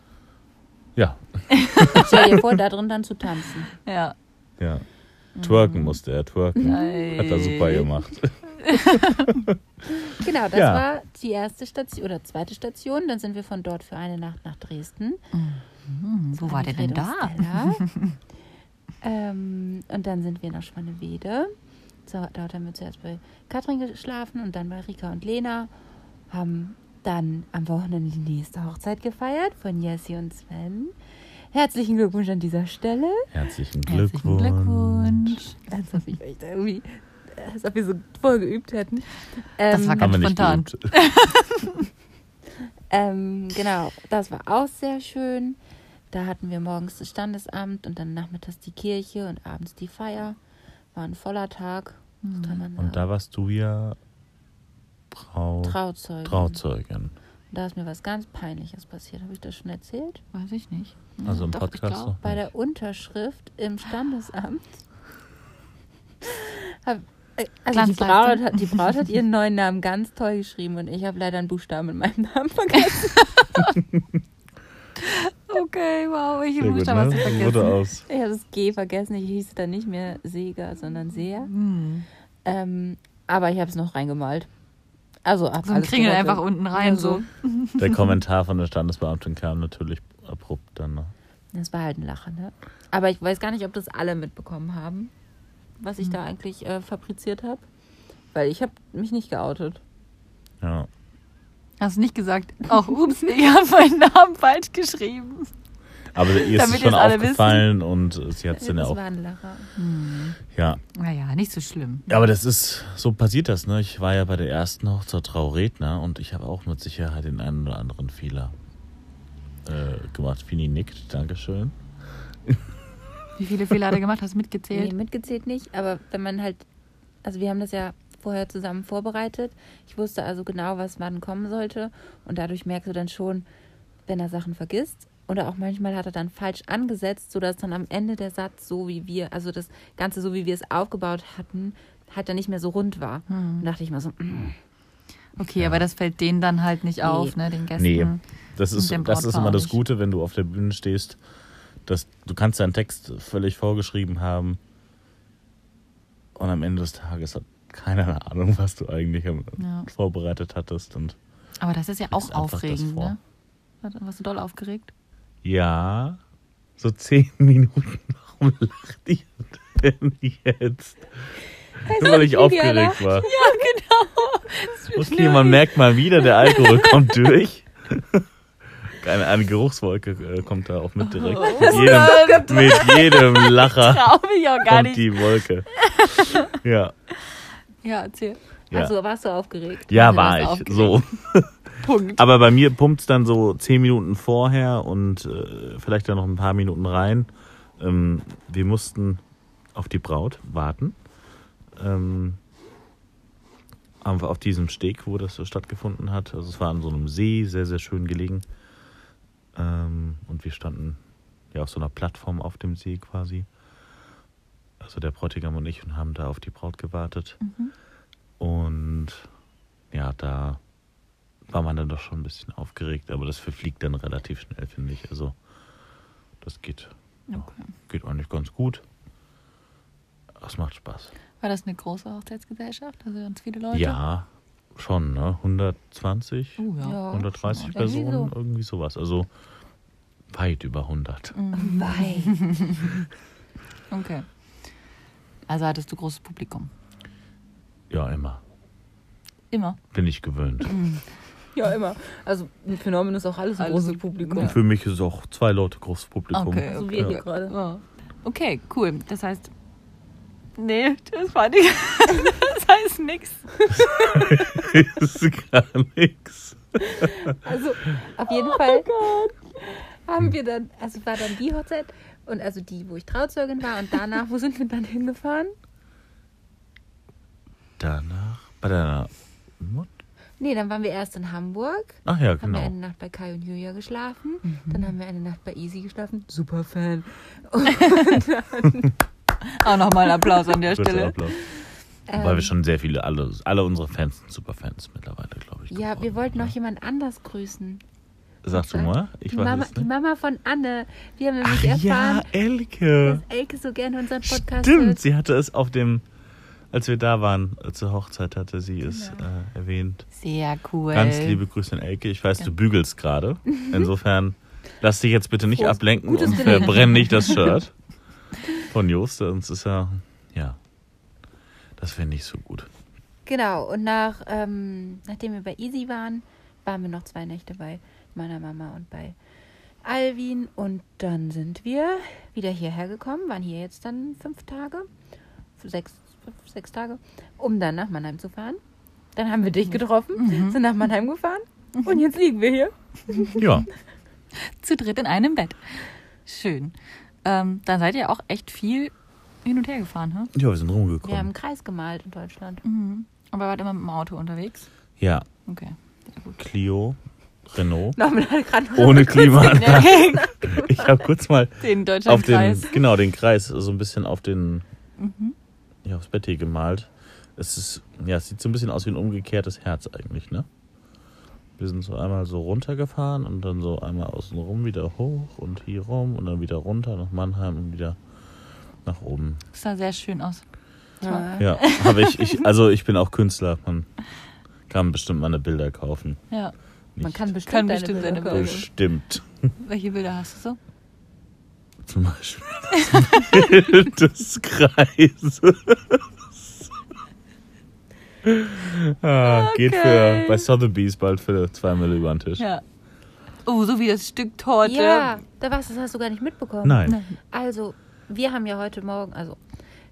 Ja,
Stell dir vor, da drin dann zu tanzen.
Ja.
ja.
Mhm.
Twerken musste er, twerken. Hat er super gemacht.
Genau, das
Ja.
war die erste Station oder zweite Station. Dann sind wir von dort für eine Nacht nach Dresden.
Hm, wo war der denn da?
Friedrichskeller.
*laughs*
ähm, und dann sind wir nach Schwannewede. So, dort haben wir zuerst bei Katrin geschlafen und dann bei Rika und Lena. Haben dann am Wochenende die nächste Hochzeit gefeiert von Jessie und Sven. Herzlichen Glückwunsch an dieser Stelle.
Herzlichen Glückwunsch.
Herzlichen Glückwunsch.
Als ob ich euch da irgendwie, als ob wir so voll geübt hätten. Ähm,
Das war
Haben
ganz
wir nicht
spontan.
geübt.
Ähm, genau, das war auch sehr schön. Da hatten wir morgens das Standesamt und dann nachmittags die Kirche und abends die Feier. War ein voller Tag. Das kann man
Mhm. Und da warst du ja Brau
Trauzeugin.
Trauzeugin.
Da ist mir was ganz Peinliches passiert. Habe ich das schon erzählt?
Weiß ich nicht.
Also im
Doch, ich
Podcast
glaub,
noch
Bei
nicht.
der Unterschrift im Standesamt.
*laughs*
Hab, äh, also die, Braut
Glanzleistung.
hat, die Braut hat ihren neuen Namen ganz toll geschrieben und ich habe leider einen Buchstaben in meinem Namen vergessen.
*laughs*
*laughs*
Okay, wow, ich
Sehr
habe
gut,
da was
ne? Wurde
vergessen. *laughs*
aus.
Ich habe das G vergessen. Ich hieß dann nicht mehr Seger, sondern Seher.
Hm.
Ähm, aber ich habe es noch reingemalt. Also ab
So ein Kringel einfach unten rein, so.
Der Kommentar von der Standesbeamtin kam natürlich abrupt dann. ne?
Das war halt ein Lacher, ne? Aber ich weiß gar nicht, ob das alle mitbekommen haben, was
Hm.
ich da eigentlich äh, fabriziert habe. Weil ich habe mich nicht geoutet.
Ja.
*laughs* Hast du nicht gesagt, auch ups, ich habe meinen Namen falsch geschrieben.
Aber ihr ist es
Damit
schon
ihr's alle
aufgefallen und sie hat es dann ja
Das
auch.
war ein Lacher.
Ja.
Naja, nicht so schlimm.
Aber das ist, so passiert das, ne? Ich war ja bei der ersten Hochzeit Trauredner und ich habe auch mit Sicherheit den einen oder anderen Fehler äh, gemacht. Fini nickt, Dankeschön.
Wie viele Fehler hat er gemacht? Hast du
Nee,
mitgezählt?
mitgezählt nicht, aber wenn man halt, also wir haben das ja vorher zusammen vorbereitet. Ich wusste also genau, was wann kommen sollte und dadurch merkst du dann schon, wenn er Sachen vergisst oder auch manchmal hat er dann falsch angesetzt, sodass dann am Ende der Satz so wie wir, also das Ganze so wie wir es aufgebaut hatten, halt dann nicht mehr so rund war. Und dachte ich mal so, hm,
Okay, aber das fällt denen dann halt nicht auf, ne, den Gästen.
Nee, das
Und
ist,
dem
das ist
Brautpaar
immer
auch
das
nicht.
Gute, wenn du auf der Bühne stehst. Dass, du kannst deinen Text völlig vorgeschrieben haben und am Ende des Tages hat keiner Ahnung, was du eigentlich am-
Ja.
vorbereitet hattest. Und
Aber das ist ja auch
Lies einfach das
aufregend,
vor.
ne? Warte, Warst du doll aufgeregt?
ja, so zehn *laughs* Minuten, warum lacht ihr denn jetzt? Nur weil ich aufgeregt war.
genau.
Okay, man merkt mal wieder, der Alkohol kommt durch. Eine, eine Geruchswolke äh, kommt da auch
Oh.
mit direkt. Mit jedem, mit jedem
*laughs*
Lacher
Traue mich auch gar
kommt
nicht.
die
*laughs*
Wolke. Ja,
Ja, erzähl.
ja.
also warst du aufgeregt?
ja
Also
war
das
ich. So.
Punkt.
Aber bei mir pumpt es dann so zehn Minuten vorher und äh, vielleicht dann noch ein paar Minuten rein. Ähm, wir mussten auf die Braut warten. Ähm, haben wir auf diesem Steg, wo das so stattgefunden hat. Also es war an so einem See, sehr, sehr schön gelegen. Ähm, und wir standen ja auf so einer Plattform auf dem See quasi. Also der Bräutigam und ich und haben da auf die Braut gewartet. Und ja, da war man dann doch schon ein bisschen aufgeregt, aber das verfliegt dann relativ schnell, finde ich. Also das geht,
Okay.
geht eigentlich ganz gut. Das macht Spaß.
War das eine große Hochzeitsgesellschaft? Also ganz viele Leute?
Ja, schon, ne? 120,
Oh, ja.
Ja.
130
schon mal. Irgendwie
Personen,
so.
irgendwie sowas. Also weit über 100.
Mhm.
Wei.
Okay. Also hattest du großes Publikum.
Ja, immer.
Immer.
Bin ich gewöhnt.
Mhm.
Ja, immer. Also ein Phänomen ist auch alles ein
Alles-
großes Publikum.
Und für mich ist auch zwei Leute großes Publikum.
Okay.
So wir hier
Ja.
gerade.
Ja. Okay, cool. Das heißt. Nee, das war nicht. *laughs* Das heißt nix.
Das *laughs* ist gar nichts.
Also auf jeden Fall haben wir dann, also war dann die Hochzeit und also die, wo ich Trauzeugin war und danach, wo sind wir dann hingefahren?
Danach bei deiner Mutter.
Nee, dann waren wir erst in Hamburg,
Ach ja,
haben wir
genau.
eine Nacht bei Kai und Julia geschlafen, dann haben wir eine Nacht bei Easy geschlafen. Super Fan.
Auch nochmal einen Applaus an der
Kurzer
Stelle.
Applaus.
Ähm,
Weil wir schon sehr viele, alle, alle unsere Fans sind Superfans mittlerweile, glaube ich.
ja, wir
geworden,
wollten
ne?
noch jemand anders grüßen.
Sagst du mal? Ich
die,
weiß
Mama,
es
die
nicht.
Mama von Anne. Wir haben nämlich
Ach ja,
erfahren,
Elke.
dass Elke so gerne unseren Podcast
Stimmt,
hört.
sie hatte es auf dem, als wir da waren, äh, zur Hochzeit hatte sie es
Genau.
äh, erwähnt.
Sehr cool.
Ganz liebe Grüße an Elke. Ich weiß, du bügelst
*laughs*
gerade. Insofern lass dich jetzt bitte nicht
Frohes-
ablenken
gutes
und
Gelingen.
verbrenn nicht das Shirt
*laughs*
von Jost. Sonst ist ja, ja, das wäre nicht so gut.
Genau, und nach, ähm, nachdem wir bei Easy waren, waren wir noch zwei Nächte bei meiner Mama und bei Alvin. Und dann sind wir wieder hierher gekommen, waren hier jetzt dann fünf Tage, sechs, fünf, sechs Tage, um dann nach Mannheim zu fahren. Dann haben wir dich getroffen, sind nach Mannheim gefahren und jetzt liegen Mhm. wir hier.
Ja,
Zu dritt in einem Bett. Schön. Ähm, dann seid ihr auch echt viel hin und her gefahren, hm?
ja wir sind
Wir haben einen
rumgekommen.
Kreis gemalt in *laughs* Deutschland.
Mhm. Aber wart immer mit dem Auto unterwegs?
Ja,
Okay. Sehr gut.
Clio, Renault. *laughs*
Noch mit gerade noch- *laughs*
Ohne Klimaanlage. Ich habe kurz mal
Den
auf
deutschen
den,
Kreis.
genau, den Kreis so ein bisschen auf den, ja, aufs Bett hier gemalt. Es ist, ja, es sieht so ein bisschen aus wie ein umgekehrtes Herz eigentlich, ne? Wir sind so einmal so runtergefahren und dann so einmal außen rum wieder hoch und hier rum und dann wieder runter nach Mannheim und wieder nach oben.
Das sah sehr schön aus.
Ja.
Ja, habe ich, ich, also ich bin auch Künstler, man kann bestimmt meine Bilder kaufen.
Ja.
Man
Nicht.
kann bestimmt,
Können
deine
bestimmt
Bilder
deine
kaufen.
Bilder.
Bestimmt.
Welche Bilder hast du so?
Zum Beispiel das Bild *laughs* des Kreises. ah, Geht für bei Sotheby's bald für zwei Mille über den Tisch.
Ja. Oh, so wie das Stück Torte. *laughs*
Ja, da warst du, das hast du gar nicht mitbekommen.
Nein.
Genau,
Also, wir haben ja heute Morgen, also,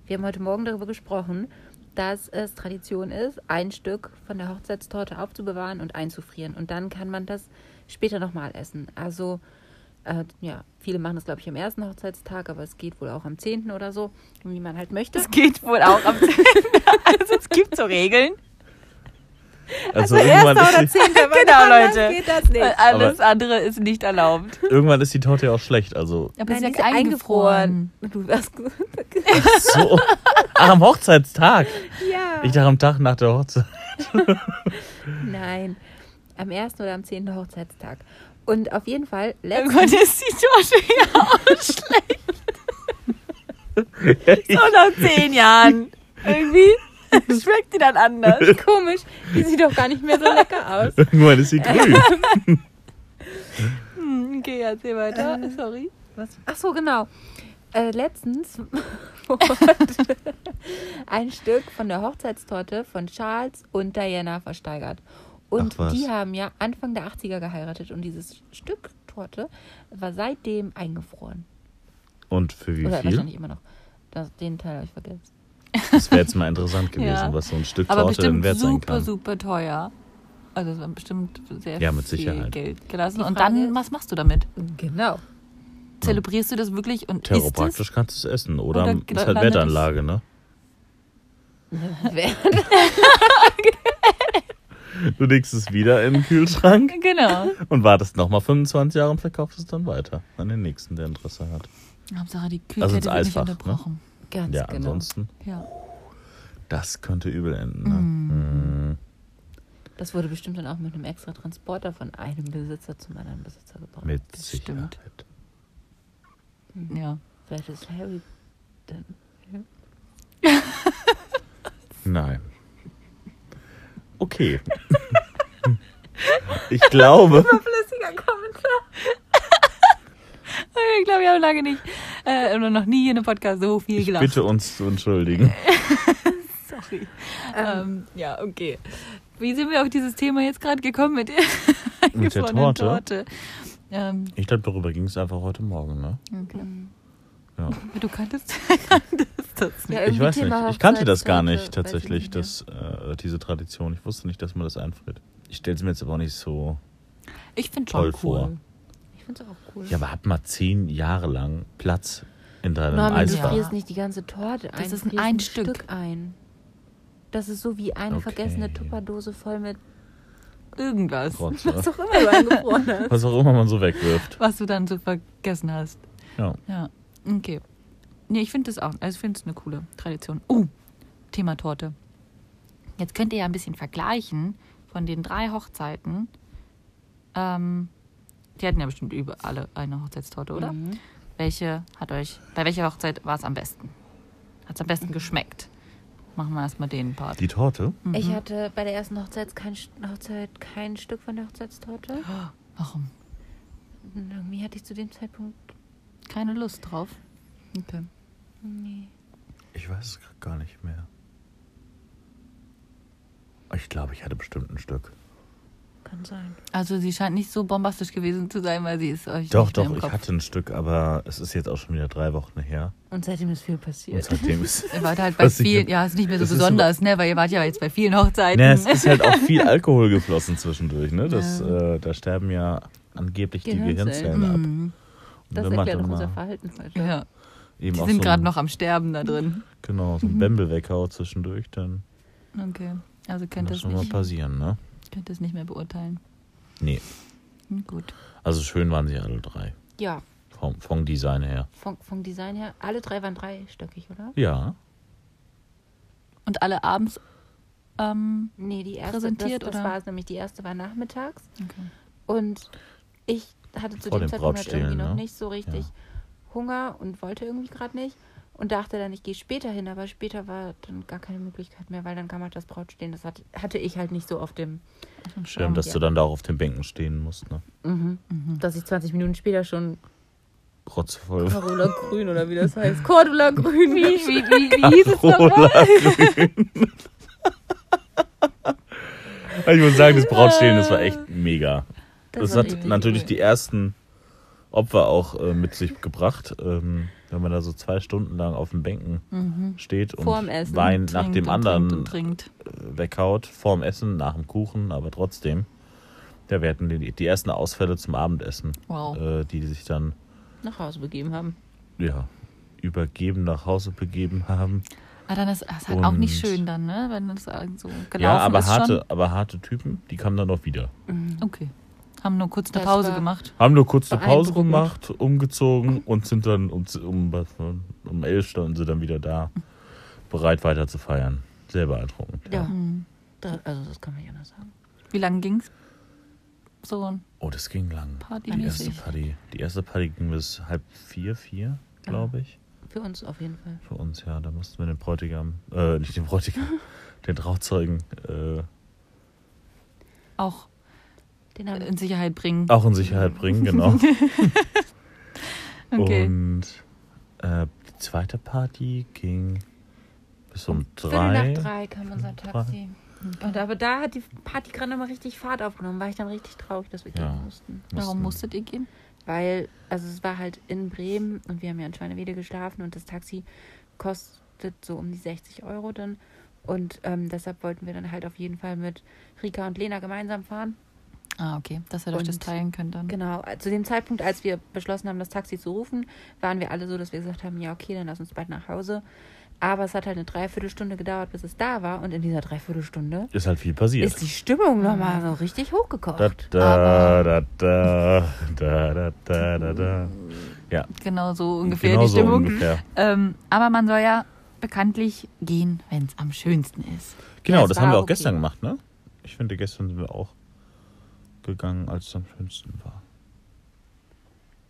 wir haben heute Morgen darüber gesprochen, dass es Tradition ist, ein Stück von der Hochzeitstorte aufzubewahren und einzufrieren. Und dann kann man das später nochmal essen. Also, äh, ja, viele machen das, glaube ich, am ersten Hochzeitstag, aber es geht wohl auch am 10. oder so, wie man halt möchte.
Das geht wohl auch am 10. Also es gibt so Regeln.
Also, irgendwann, ist die,
genau,
anders
Leute. Äh,
geht das nicht.
Weil Alles andere ist nicht erlaubt.
irgendwann ist die Torte ja auch schlecht. Also
Aber
Nein, die ist Du hast
so. Ach, am Hochzeitstag.
ja.
Ich dachte am Tag nach der Hochzeit.
Nein, am ersten oder am zehnten Hochzeitstag. Und auf jeden Fall,
Oh
letzten,
Irgendwann ist die Torte *laughs* ja auch schlecht.
*laughs*
So nach zehn Jahren. Irgendwie schmeckt die dann anders.
komisch, die sieht doch gar nicht mehr so lecker aus.
Irgendwann ist sie grün.
Hm, Okay, erzähl weiter. Sorry.
Ach so, genau. Äh, letztens *laughs* ein Stück von der Hochzeitstorte von Charles und Diana versteigert. Und
Ach was.
die haben ja Anfang der 80er geheiratet und dieses Stück Torte war seitdem eingefroren.
Und für wie
Oder
viel?
wahrscheinlich immer noch. Das, den Teil habe ich vergessen.
Das wäre jetzt mal interessant gewesen,
Ja.
was so ein Stück
Aber
Torte dann
bestimmt
wert sein
super,
kann.
super teuer. Also es war bestimmt sehr
Ja, mit
viel
Sicherheit.
Geld gelassen.
Die
Und
Frage
dann,
ist-
was machst du damit?
Genau. *laughs*
Zelebrierst du das wirklich und isst es?
Terrorpraktisch kannst du es essen. Oder,
Oder
ist halt
landet es-
Wertanlage, ne? Du legst es wieder in den Kühlschrank
Genau.
und wartest nochmal 25 Jahre und verkaufst es dann weiter an den nächsten, der Interesse hat.
Hauptsache die
Also
Kühlkette
ins
wird nicht
Eisfach, ne?
unterbrochen.
Ganz
ja,
genau.
ansonsten,
Ja.
das könnte übel enden.
Mhm.
Ne?
Das wurde bestimmt dann auch mit einem extra Transporter von einem Besitzer zum anderen Besitzer gebracht.
Mm, mit
Das
Sicherheit.
stimmt. ja.
Vielleicht ist Harry dann.
Nein.
*laughs*
Okay. ich glaube,
Flüssiger Kommentar.
*laughs* Ich glaube, wir haben lange nicht äh, oder noch nie in einem Podcast so viel
ich
gelacht.
bitte uns zu
*laughs*
entschuldigen.
Sorry. Ähm, ja, okay. Wie sind wir auf dieses Thema jetzt gerade gekommen mit *laughs* der
Mit der
eingefrorenen
Torte?
Torte? Ähm,
Ich glaube, darüber ging es einfach heute Morgen, ne?
okay.
Ja.
Du kanntest, *laughs* kanntest das nicht.
Ja,
Ich
irgendwie
weiß
Thema
nicht. Ich kannte das gar
Hochzeitstorte,
nicht
weiß ich
tatsächlich,
mehr.
das, äh, diese Tradition. Ich wusste nicht, dass man das einfriert. Ich stelle es mir jetzt aber auch nicht so.
Ich finde
Toll
schon
vor.
cool.
Ich finde es auch cool.
Ja, aber hab mal zehn Jahre lang Platz in deinem
Norman, du
Eisfach.
frieren.
frierst nicht die ganze Torte ein.
Das
du
ist ein
frierst
Stück.
ein. Das ist so wie eine
Okay.
vergessene Tupperdose voll mit
Irgendwas,
Trotz,
was
ne?
auch immer du eingefroren *laughs* hast.
Was auch immer man so wegwirft.
was du dann so vergessen hast.
Ja.
Ja, okay. Nee, ich finde das auch. Also ich finde es eine coole Tradition. Oh, Thema Torte. Jetzt könnt ihr ja ein bisschen vergleichen von den drei Hochzeiten. Ähm, die hatten ja bestimmt über alle eine Hochzeitstorte, oder? Welche hat euch, bei welcher Hochzeit war es am besten? Hat es am besten geschmeckt? Machen wir erstmal den Part.
Die Torte?
Ich hatte bei der ersten Hochzeit kein, St- Hochzeit kein Stück von der Hochzeitstorte.
Warum?
Und irgendwie hatte ich zu dem Zeitpunkt.
Keine Lust drauf. Okay.
Nee.
Ich weiß es grad gar nicht mehr. Ich glaube, ich hatte bestimmt ein Stück.
Kann sein.
Also sie scheint nicht so bombastisch gewesen zu sein, weil sie ist euch
Doch,
nicht mehr
doch,
im
ich
Kopf.
hatte ein Stück, aber es ist jetzt auch schon wieder drei Wochen her.
Und seitdem ist viel
Und
passiert.
seitdem ist.
Ihr wart halt bei
Was ich-
vielen, ja, ist nicht mehr so
Das ist
besonders, ne? Weil ihr wart ja jetzt bei vielen Hochzeiten.
Naja, es ist halt auch viel Alkohol geflossen zwischendurch, ne? Das,
Ja.
äh, da sterben ja angeblich die
Gehirnzellen.
Gehirnzellen ab. Und
*laughs* Mhm.
Das
wenn man
erklärt
dann
auch unser
mal
Verhalten heute.
ja.
eben
Die
auch
sind
so
gerade
ein-
noch am Sterben da drin.
Genau, so ein Bembel weghaut zwischendurch, dann
Okay. Also
kann
könnt ihr
das
es
Mhm. schon mal
nicht,
passieren, ne?
könnt ihr es nicht mehr beurteilen.
Nee.
Hm, gut.
Also schön waren sie alle drei.
Ja,
Vom, vom Design her.
vom, vom Design her. Alle drei waren dreistöckig, oder?
Ja.
Und alle abends. Ähm,
Nee, die erste.
Präsentiert,
das, das
oder?
war es nämlich. Die erste war nachmittags.
okay.
Und ich hatte zu
Vor
dem
dem
Zeitpunkt halt
Brautstehlen,
irgendwie noch
ne?
nicht so richtig Hunger und wollte irgendwie gerade nicht. Und dachte dann, ich gehe später hin, aber später war dann gar keine Möglichkeit mehr, weil dann kam halt das Brautstehen. Das hatte, hatte ich halt nicht so auf dem,
Schlimm, dass
ja.
du dann da auch auf den Bänken stehen musst, ne?
dass ich 20 Minuten später schon
Rotzvoll.
Corolla Grün oder wie das heißt, Cordula Grün.
Wie, wie, wie, wie hieß es noch?
Rola *laughs* Grün. ich muss sagen, das Brautstehen, das war echt mega. Das,
war
hat
richtig
natürlich
cool.
die ersten Opfer auch äh, mit sich gebracht, ähm, wenn man da so zwei Stunden lang auf den Bänken steht und
Vorm Essen
Wein
Trinkt
nach dem
und Trinkt
anderen
und trinkt.
äh, weghaut, vorm Essen, nach dem Kuchen, aber trotzdem. Ja, wir hatten die, die ersten Ausfälle zum Abendessen,
Wow.
äh, die sich dann
nach Hause begeben haben.
ja, übergeben nach Hause begeben haben.
Ah, dann ist es halt auch nicht
Und-
schön dann, ne? Wenn das äh, so gelaufen
ja, aber
ist
harte, aber harte Typen, die kamen dann auch wieder.
schon. Okay. Haben nur kurz eine
Das
Pause
war-
gemacht.
Haben nur kurz eine Pause
Beeindruckend.
gemacht, umgezogen und sind dann um, z- um, was, um elf standen sie dann wieder da, bereit weiter zu feiern. Sehr beeindruckend.
Ja. Da, also das kann man ja anders sagen.
Wie lange ging's? So ein
Oh, das ging lang. Die erste
Partymäßig.
Party, die erste Party ging bis halb vier, vier, glaube ich.
Für uns auf jeden Fall.
Für uns, ja. Da mussten wir den Bräutigam, äh, nicht den
*laughs*
Bräutigam, den Trauzeugen äh,
Auch
Den haben
in Sicherheit bringen.
auch in Sicherheit bringen, genau.
Okay.
Und äh, die zweite Party ging bis um
Viertel
drei.
nach drei kam unser
Drei.
Taxi. Und aber da hat die Party gerade nochmal richtig Fahrt aufgenommen. War ich dann richtig traurig, dass wir gehen
Ja.
mussten.
Mussten-
Warum musstet ihr gehen?
Weil, also es war halt in Bremen und wir haben ja in Schweinewede geschlafen und das Taxi kostet so um die 60 Euro dann. Und ähm, deshalb wollten wir dann halt auf jeden Fall mit Rika und Lena gemeinsam fahren.
Ah, okay. Dass ihr euch
Und-
das teilen könnt dann.
Genau, zu dem Zeitpunkt, als wir beschlossen haben, das Taxi zu rufen, waren wir alle so, dass wir gesagt haben, ja, okay, dann lass uns bald nach Hause. Aber es hat halt eine Dreiviertelstunde gedauert, bis es da war. Und in dieser Dreiviertelstunde
Ist halt viel passiert.
ist die Stimmung nochmal so richtig hochgekocht.
Da, da, da, da, da, da, da, da, da.
Genau so ungefähr
Genau
die
so
Stimmung.
ungefähr.
Ähm, aber man soll ja bekanntlich gehen, wenn es am schönsten ist.
Genau,
Ja, es
das
war
haben wir auch
okay.
gestern gemacht, ne? Ich finde, gestern sind wir auch gegangen, als es am schönsten war.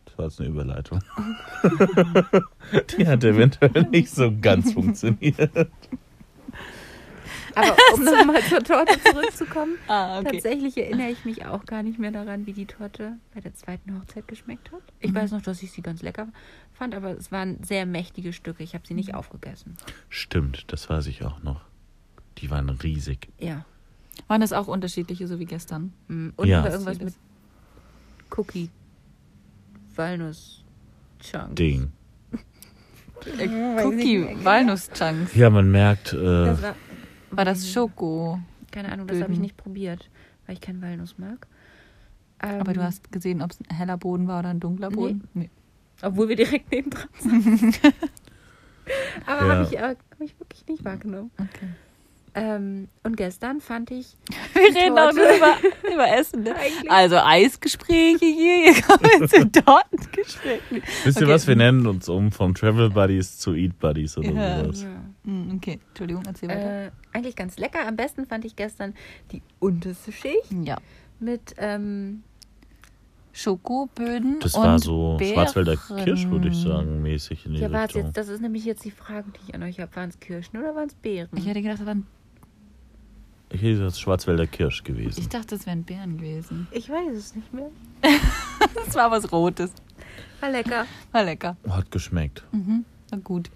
Das war jetzt eine Überleitung.
*laughs*
die hat eventuell nicht so ganz funktioniert.
Aber
*laughs*
um nochmal zur Torte zurückzukommen,
Ah,
tatsächlich erinnere ich mich auch gar nicht mehr daran, wie die Torte bei der zweiten Hochzeit geschmeckt hat.
Mhm.
Ich weiß noch, dass ich sie ganz lecker fand, aber es waren sehr mächtige Stücke. Ich habe sie
Mhm.
nicht aufgegessen.
Stimmt, das weiß ich auch noch. Die waren riesig.
Ja.
Waren das auch unterschiedliche, so wie gestern?
Mm, Und
Ja.
noch irgendwas mit Cookie. Walnuss. Chunk.
Ding.
Äh, Cookie, Walnuss-Chunks.
Ja, man merkt, äh,
Das war,
War
Mhm.
das Schoko?
keine Ahnung, das habe ich
Böden.
nicht probiert, weil ich keinen Walnuss mag. Ähm,
Aber du hast gesehen, ob es ein heller Boden war oder ein dunkler
Nee.
Boden? Nee.
Obwohl wir direkt neben dran sind. *laughs* Aber
Ja.
habe ich, äh, hab ich wirklich nicht wahrgenommen.
Okay.
Ähm, und gestern fand ich,
*laughs* Wir reden auch
Torte.
nur
*laughs*
über, über Essen. Ne?
Eigentlich.
Also Eisgespräche hier, hier kommen wir zu Tortengesprächen.
wisst ihr
Okay.
was? Wir nennen uns um von Travel Buddies zu Eat Buddies oder
Ja.
sowas.
Hm, Okay, Entschuldigung, erzähl weiter.
äh, eigentlich ganz lecker. Am besten fand ich gestern die unterste Schicht
Äh, ja.
mit ähm,
Schokoböden
Das
und
war so
Beeren.
Schwarzwälder Kirsch, würde ich sagen, mäßig in die
ja, war's
Richtung.
jetzt, das ist nämlich jetzt die Frage, die ich an euch habe. Waren es Kirschen oder waren es Beeren?
Ich hätte gedacht, das waren,
Ich hätte das Schwarzwälder Kirsch gewesen.
ich dachte, das wären Beeren gewesen.
Ich weiß es nicht mehr.
*laughs* Das war was Rotes.
War lecker.
War lecker.
Hat geschmeckt.
Mhm. War gut. Hm.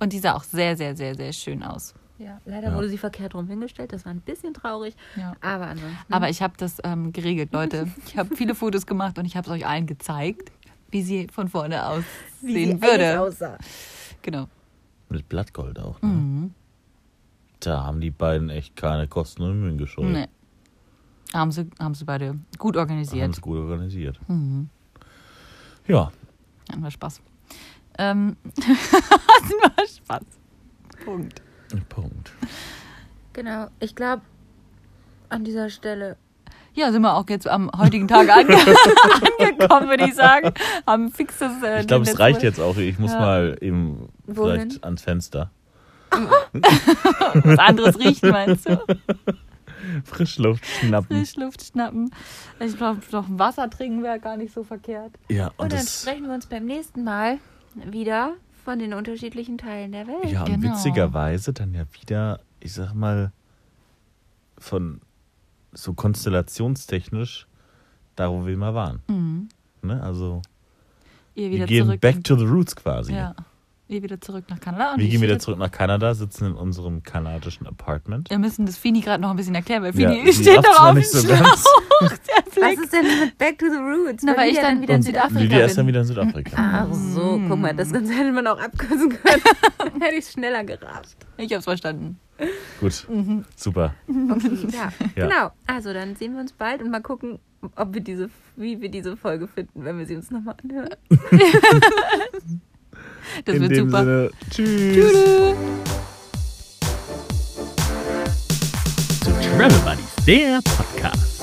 Und die sah auch sehr, sehr, sehr, sehr schön aus.
Ja, leider
Ja.
wurde sie verkehrt rum hingestellt. Das war ein bisschen traurig.
Ja.
Aber ansonsten.
Aber ich habe das ähm, geregelt, Leute. *laughs* Ich habe viele Fotos gemacht und ich habe es euch allen gezeigt, wie sie von vorne aussehen würde.
aussah.
Genau.
Mit Blattgold auch.
Hm.
Ne? Da haben die beiden echt keine Kosten und Mühen gescheut.
Nee. Haben sie, haben sie beide gut
Haben
organisiert.
es gut organisiert.
Mhm.
Ja,
Hatten wir Spaß. Ähm, *laughs* hatten wir Spaß. Punkt.
Punkt.
Genau. Ich glaube, an dieser Stelle.
Ja, sind wir auch jetzt am heutigen Tag ange *laughs* angekommen, würde ich sagen. Haben fix das. Äh,
Ich glaube,
den
es reicht
letzten-
jetzt auch. Ich muss
Ja.
mal eben
Wohin?
vielleicht ans Fenster.
Was anderes riechen, meinst du?
Frischluft schnappen.
*laughs* Frischluft schnappen. Ich glaube, noch ein Wasser trinken wäre gar nicht so verkehrt.
Ja,
Und
und
dann
das,
sprechen wir uns beim nächsten Mal wieder von den unterschiedlichen Teilen der Welt.
ja, und
Genau.
witzigerweise dann ja wieder, ich sag mal, von so konstellationstechnisch da, wo wir mal waren. Ne? Also,
Ihr
wir
Mhm. wieder
gehen
zurück.
back to the roots quasi.
ja. Ihr wieder zurück nach Kanada. Und
Wir
ich
gehen wieder
wieder-
zurück nach Kanada, sitzen in unserem kanadischen Apartment.
Wir müssen das Fini gerade noch ein bisschen erklären, weil
Ja,
Fini
sie
steht
rafft's
noch
noch
auf dem
nicht so
Schlauch. *laughs*
ganz.
Der ist
Was ist denn mit Back to the Roots?
Na,
Weil
weil ich
Lydia
dann wieder in Südafrika
Lydia ist dann
bin.
wieder in
*laughs*
Südafrika.
Ach so, guck mal, das Ganze hätte man auch abkürzen können. Hm. *laughs* Dann hätte ich es schneller gerafft.
Ich hab's verstanden.
Gut,
Mhm.
super.
*laughs* Okay, ja.
Ja.
Genau. Also dann sehen wir uns bald und mal gucken, ob wir diese, wie wir diese Folge finden, wenn wir sie uns nochmal anhören.
Das
in
wird
dem
super.
Sinne, tschüss. Zu Travel Buddies, der Podcast.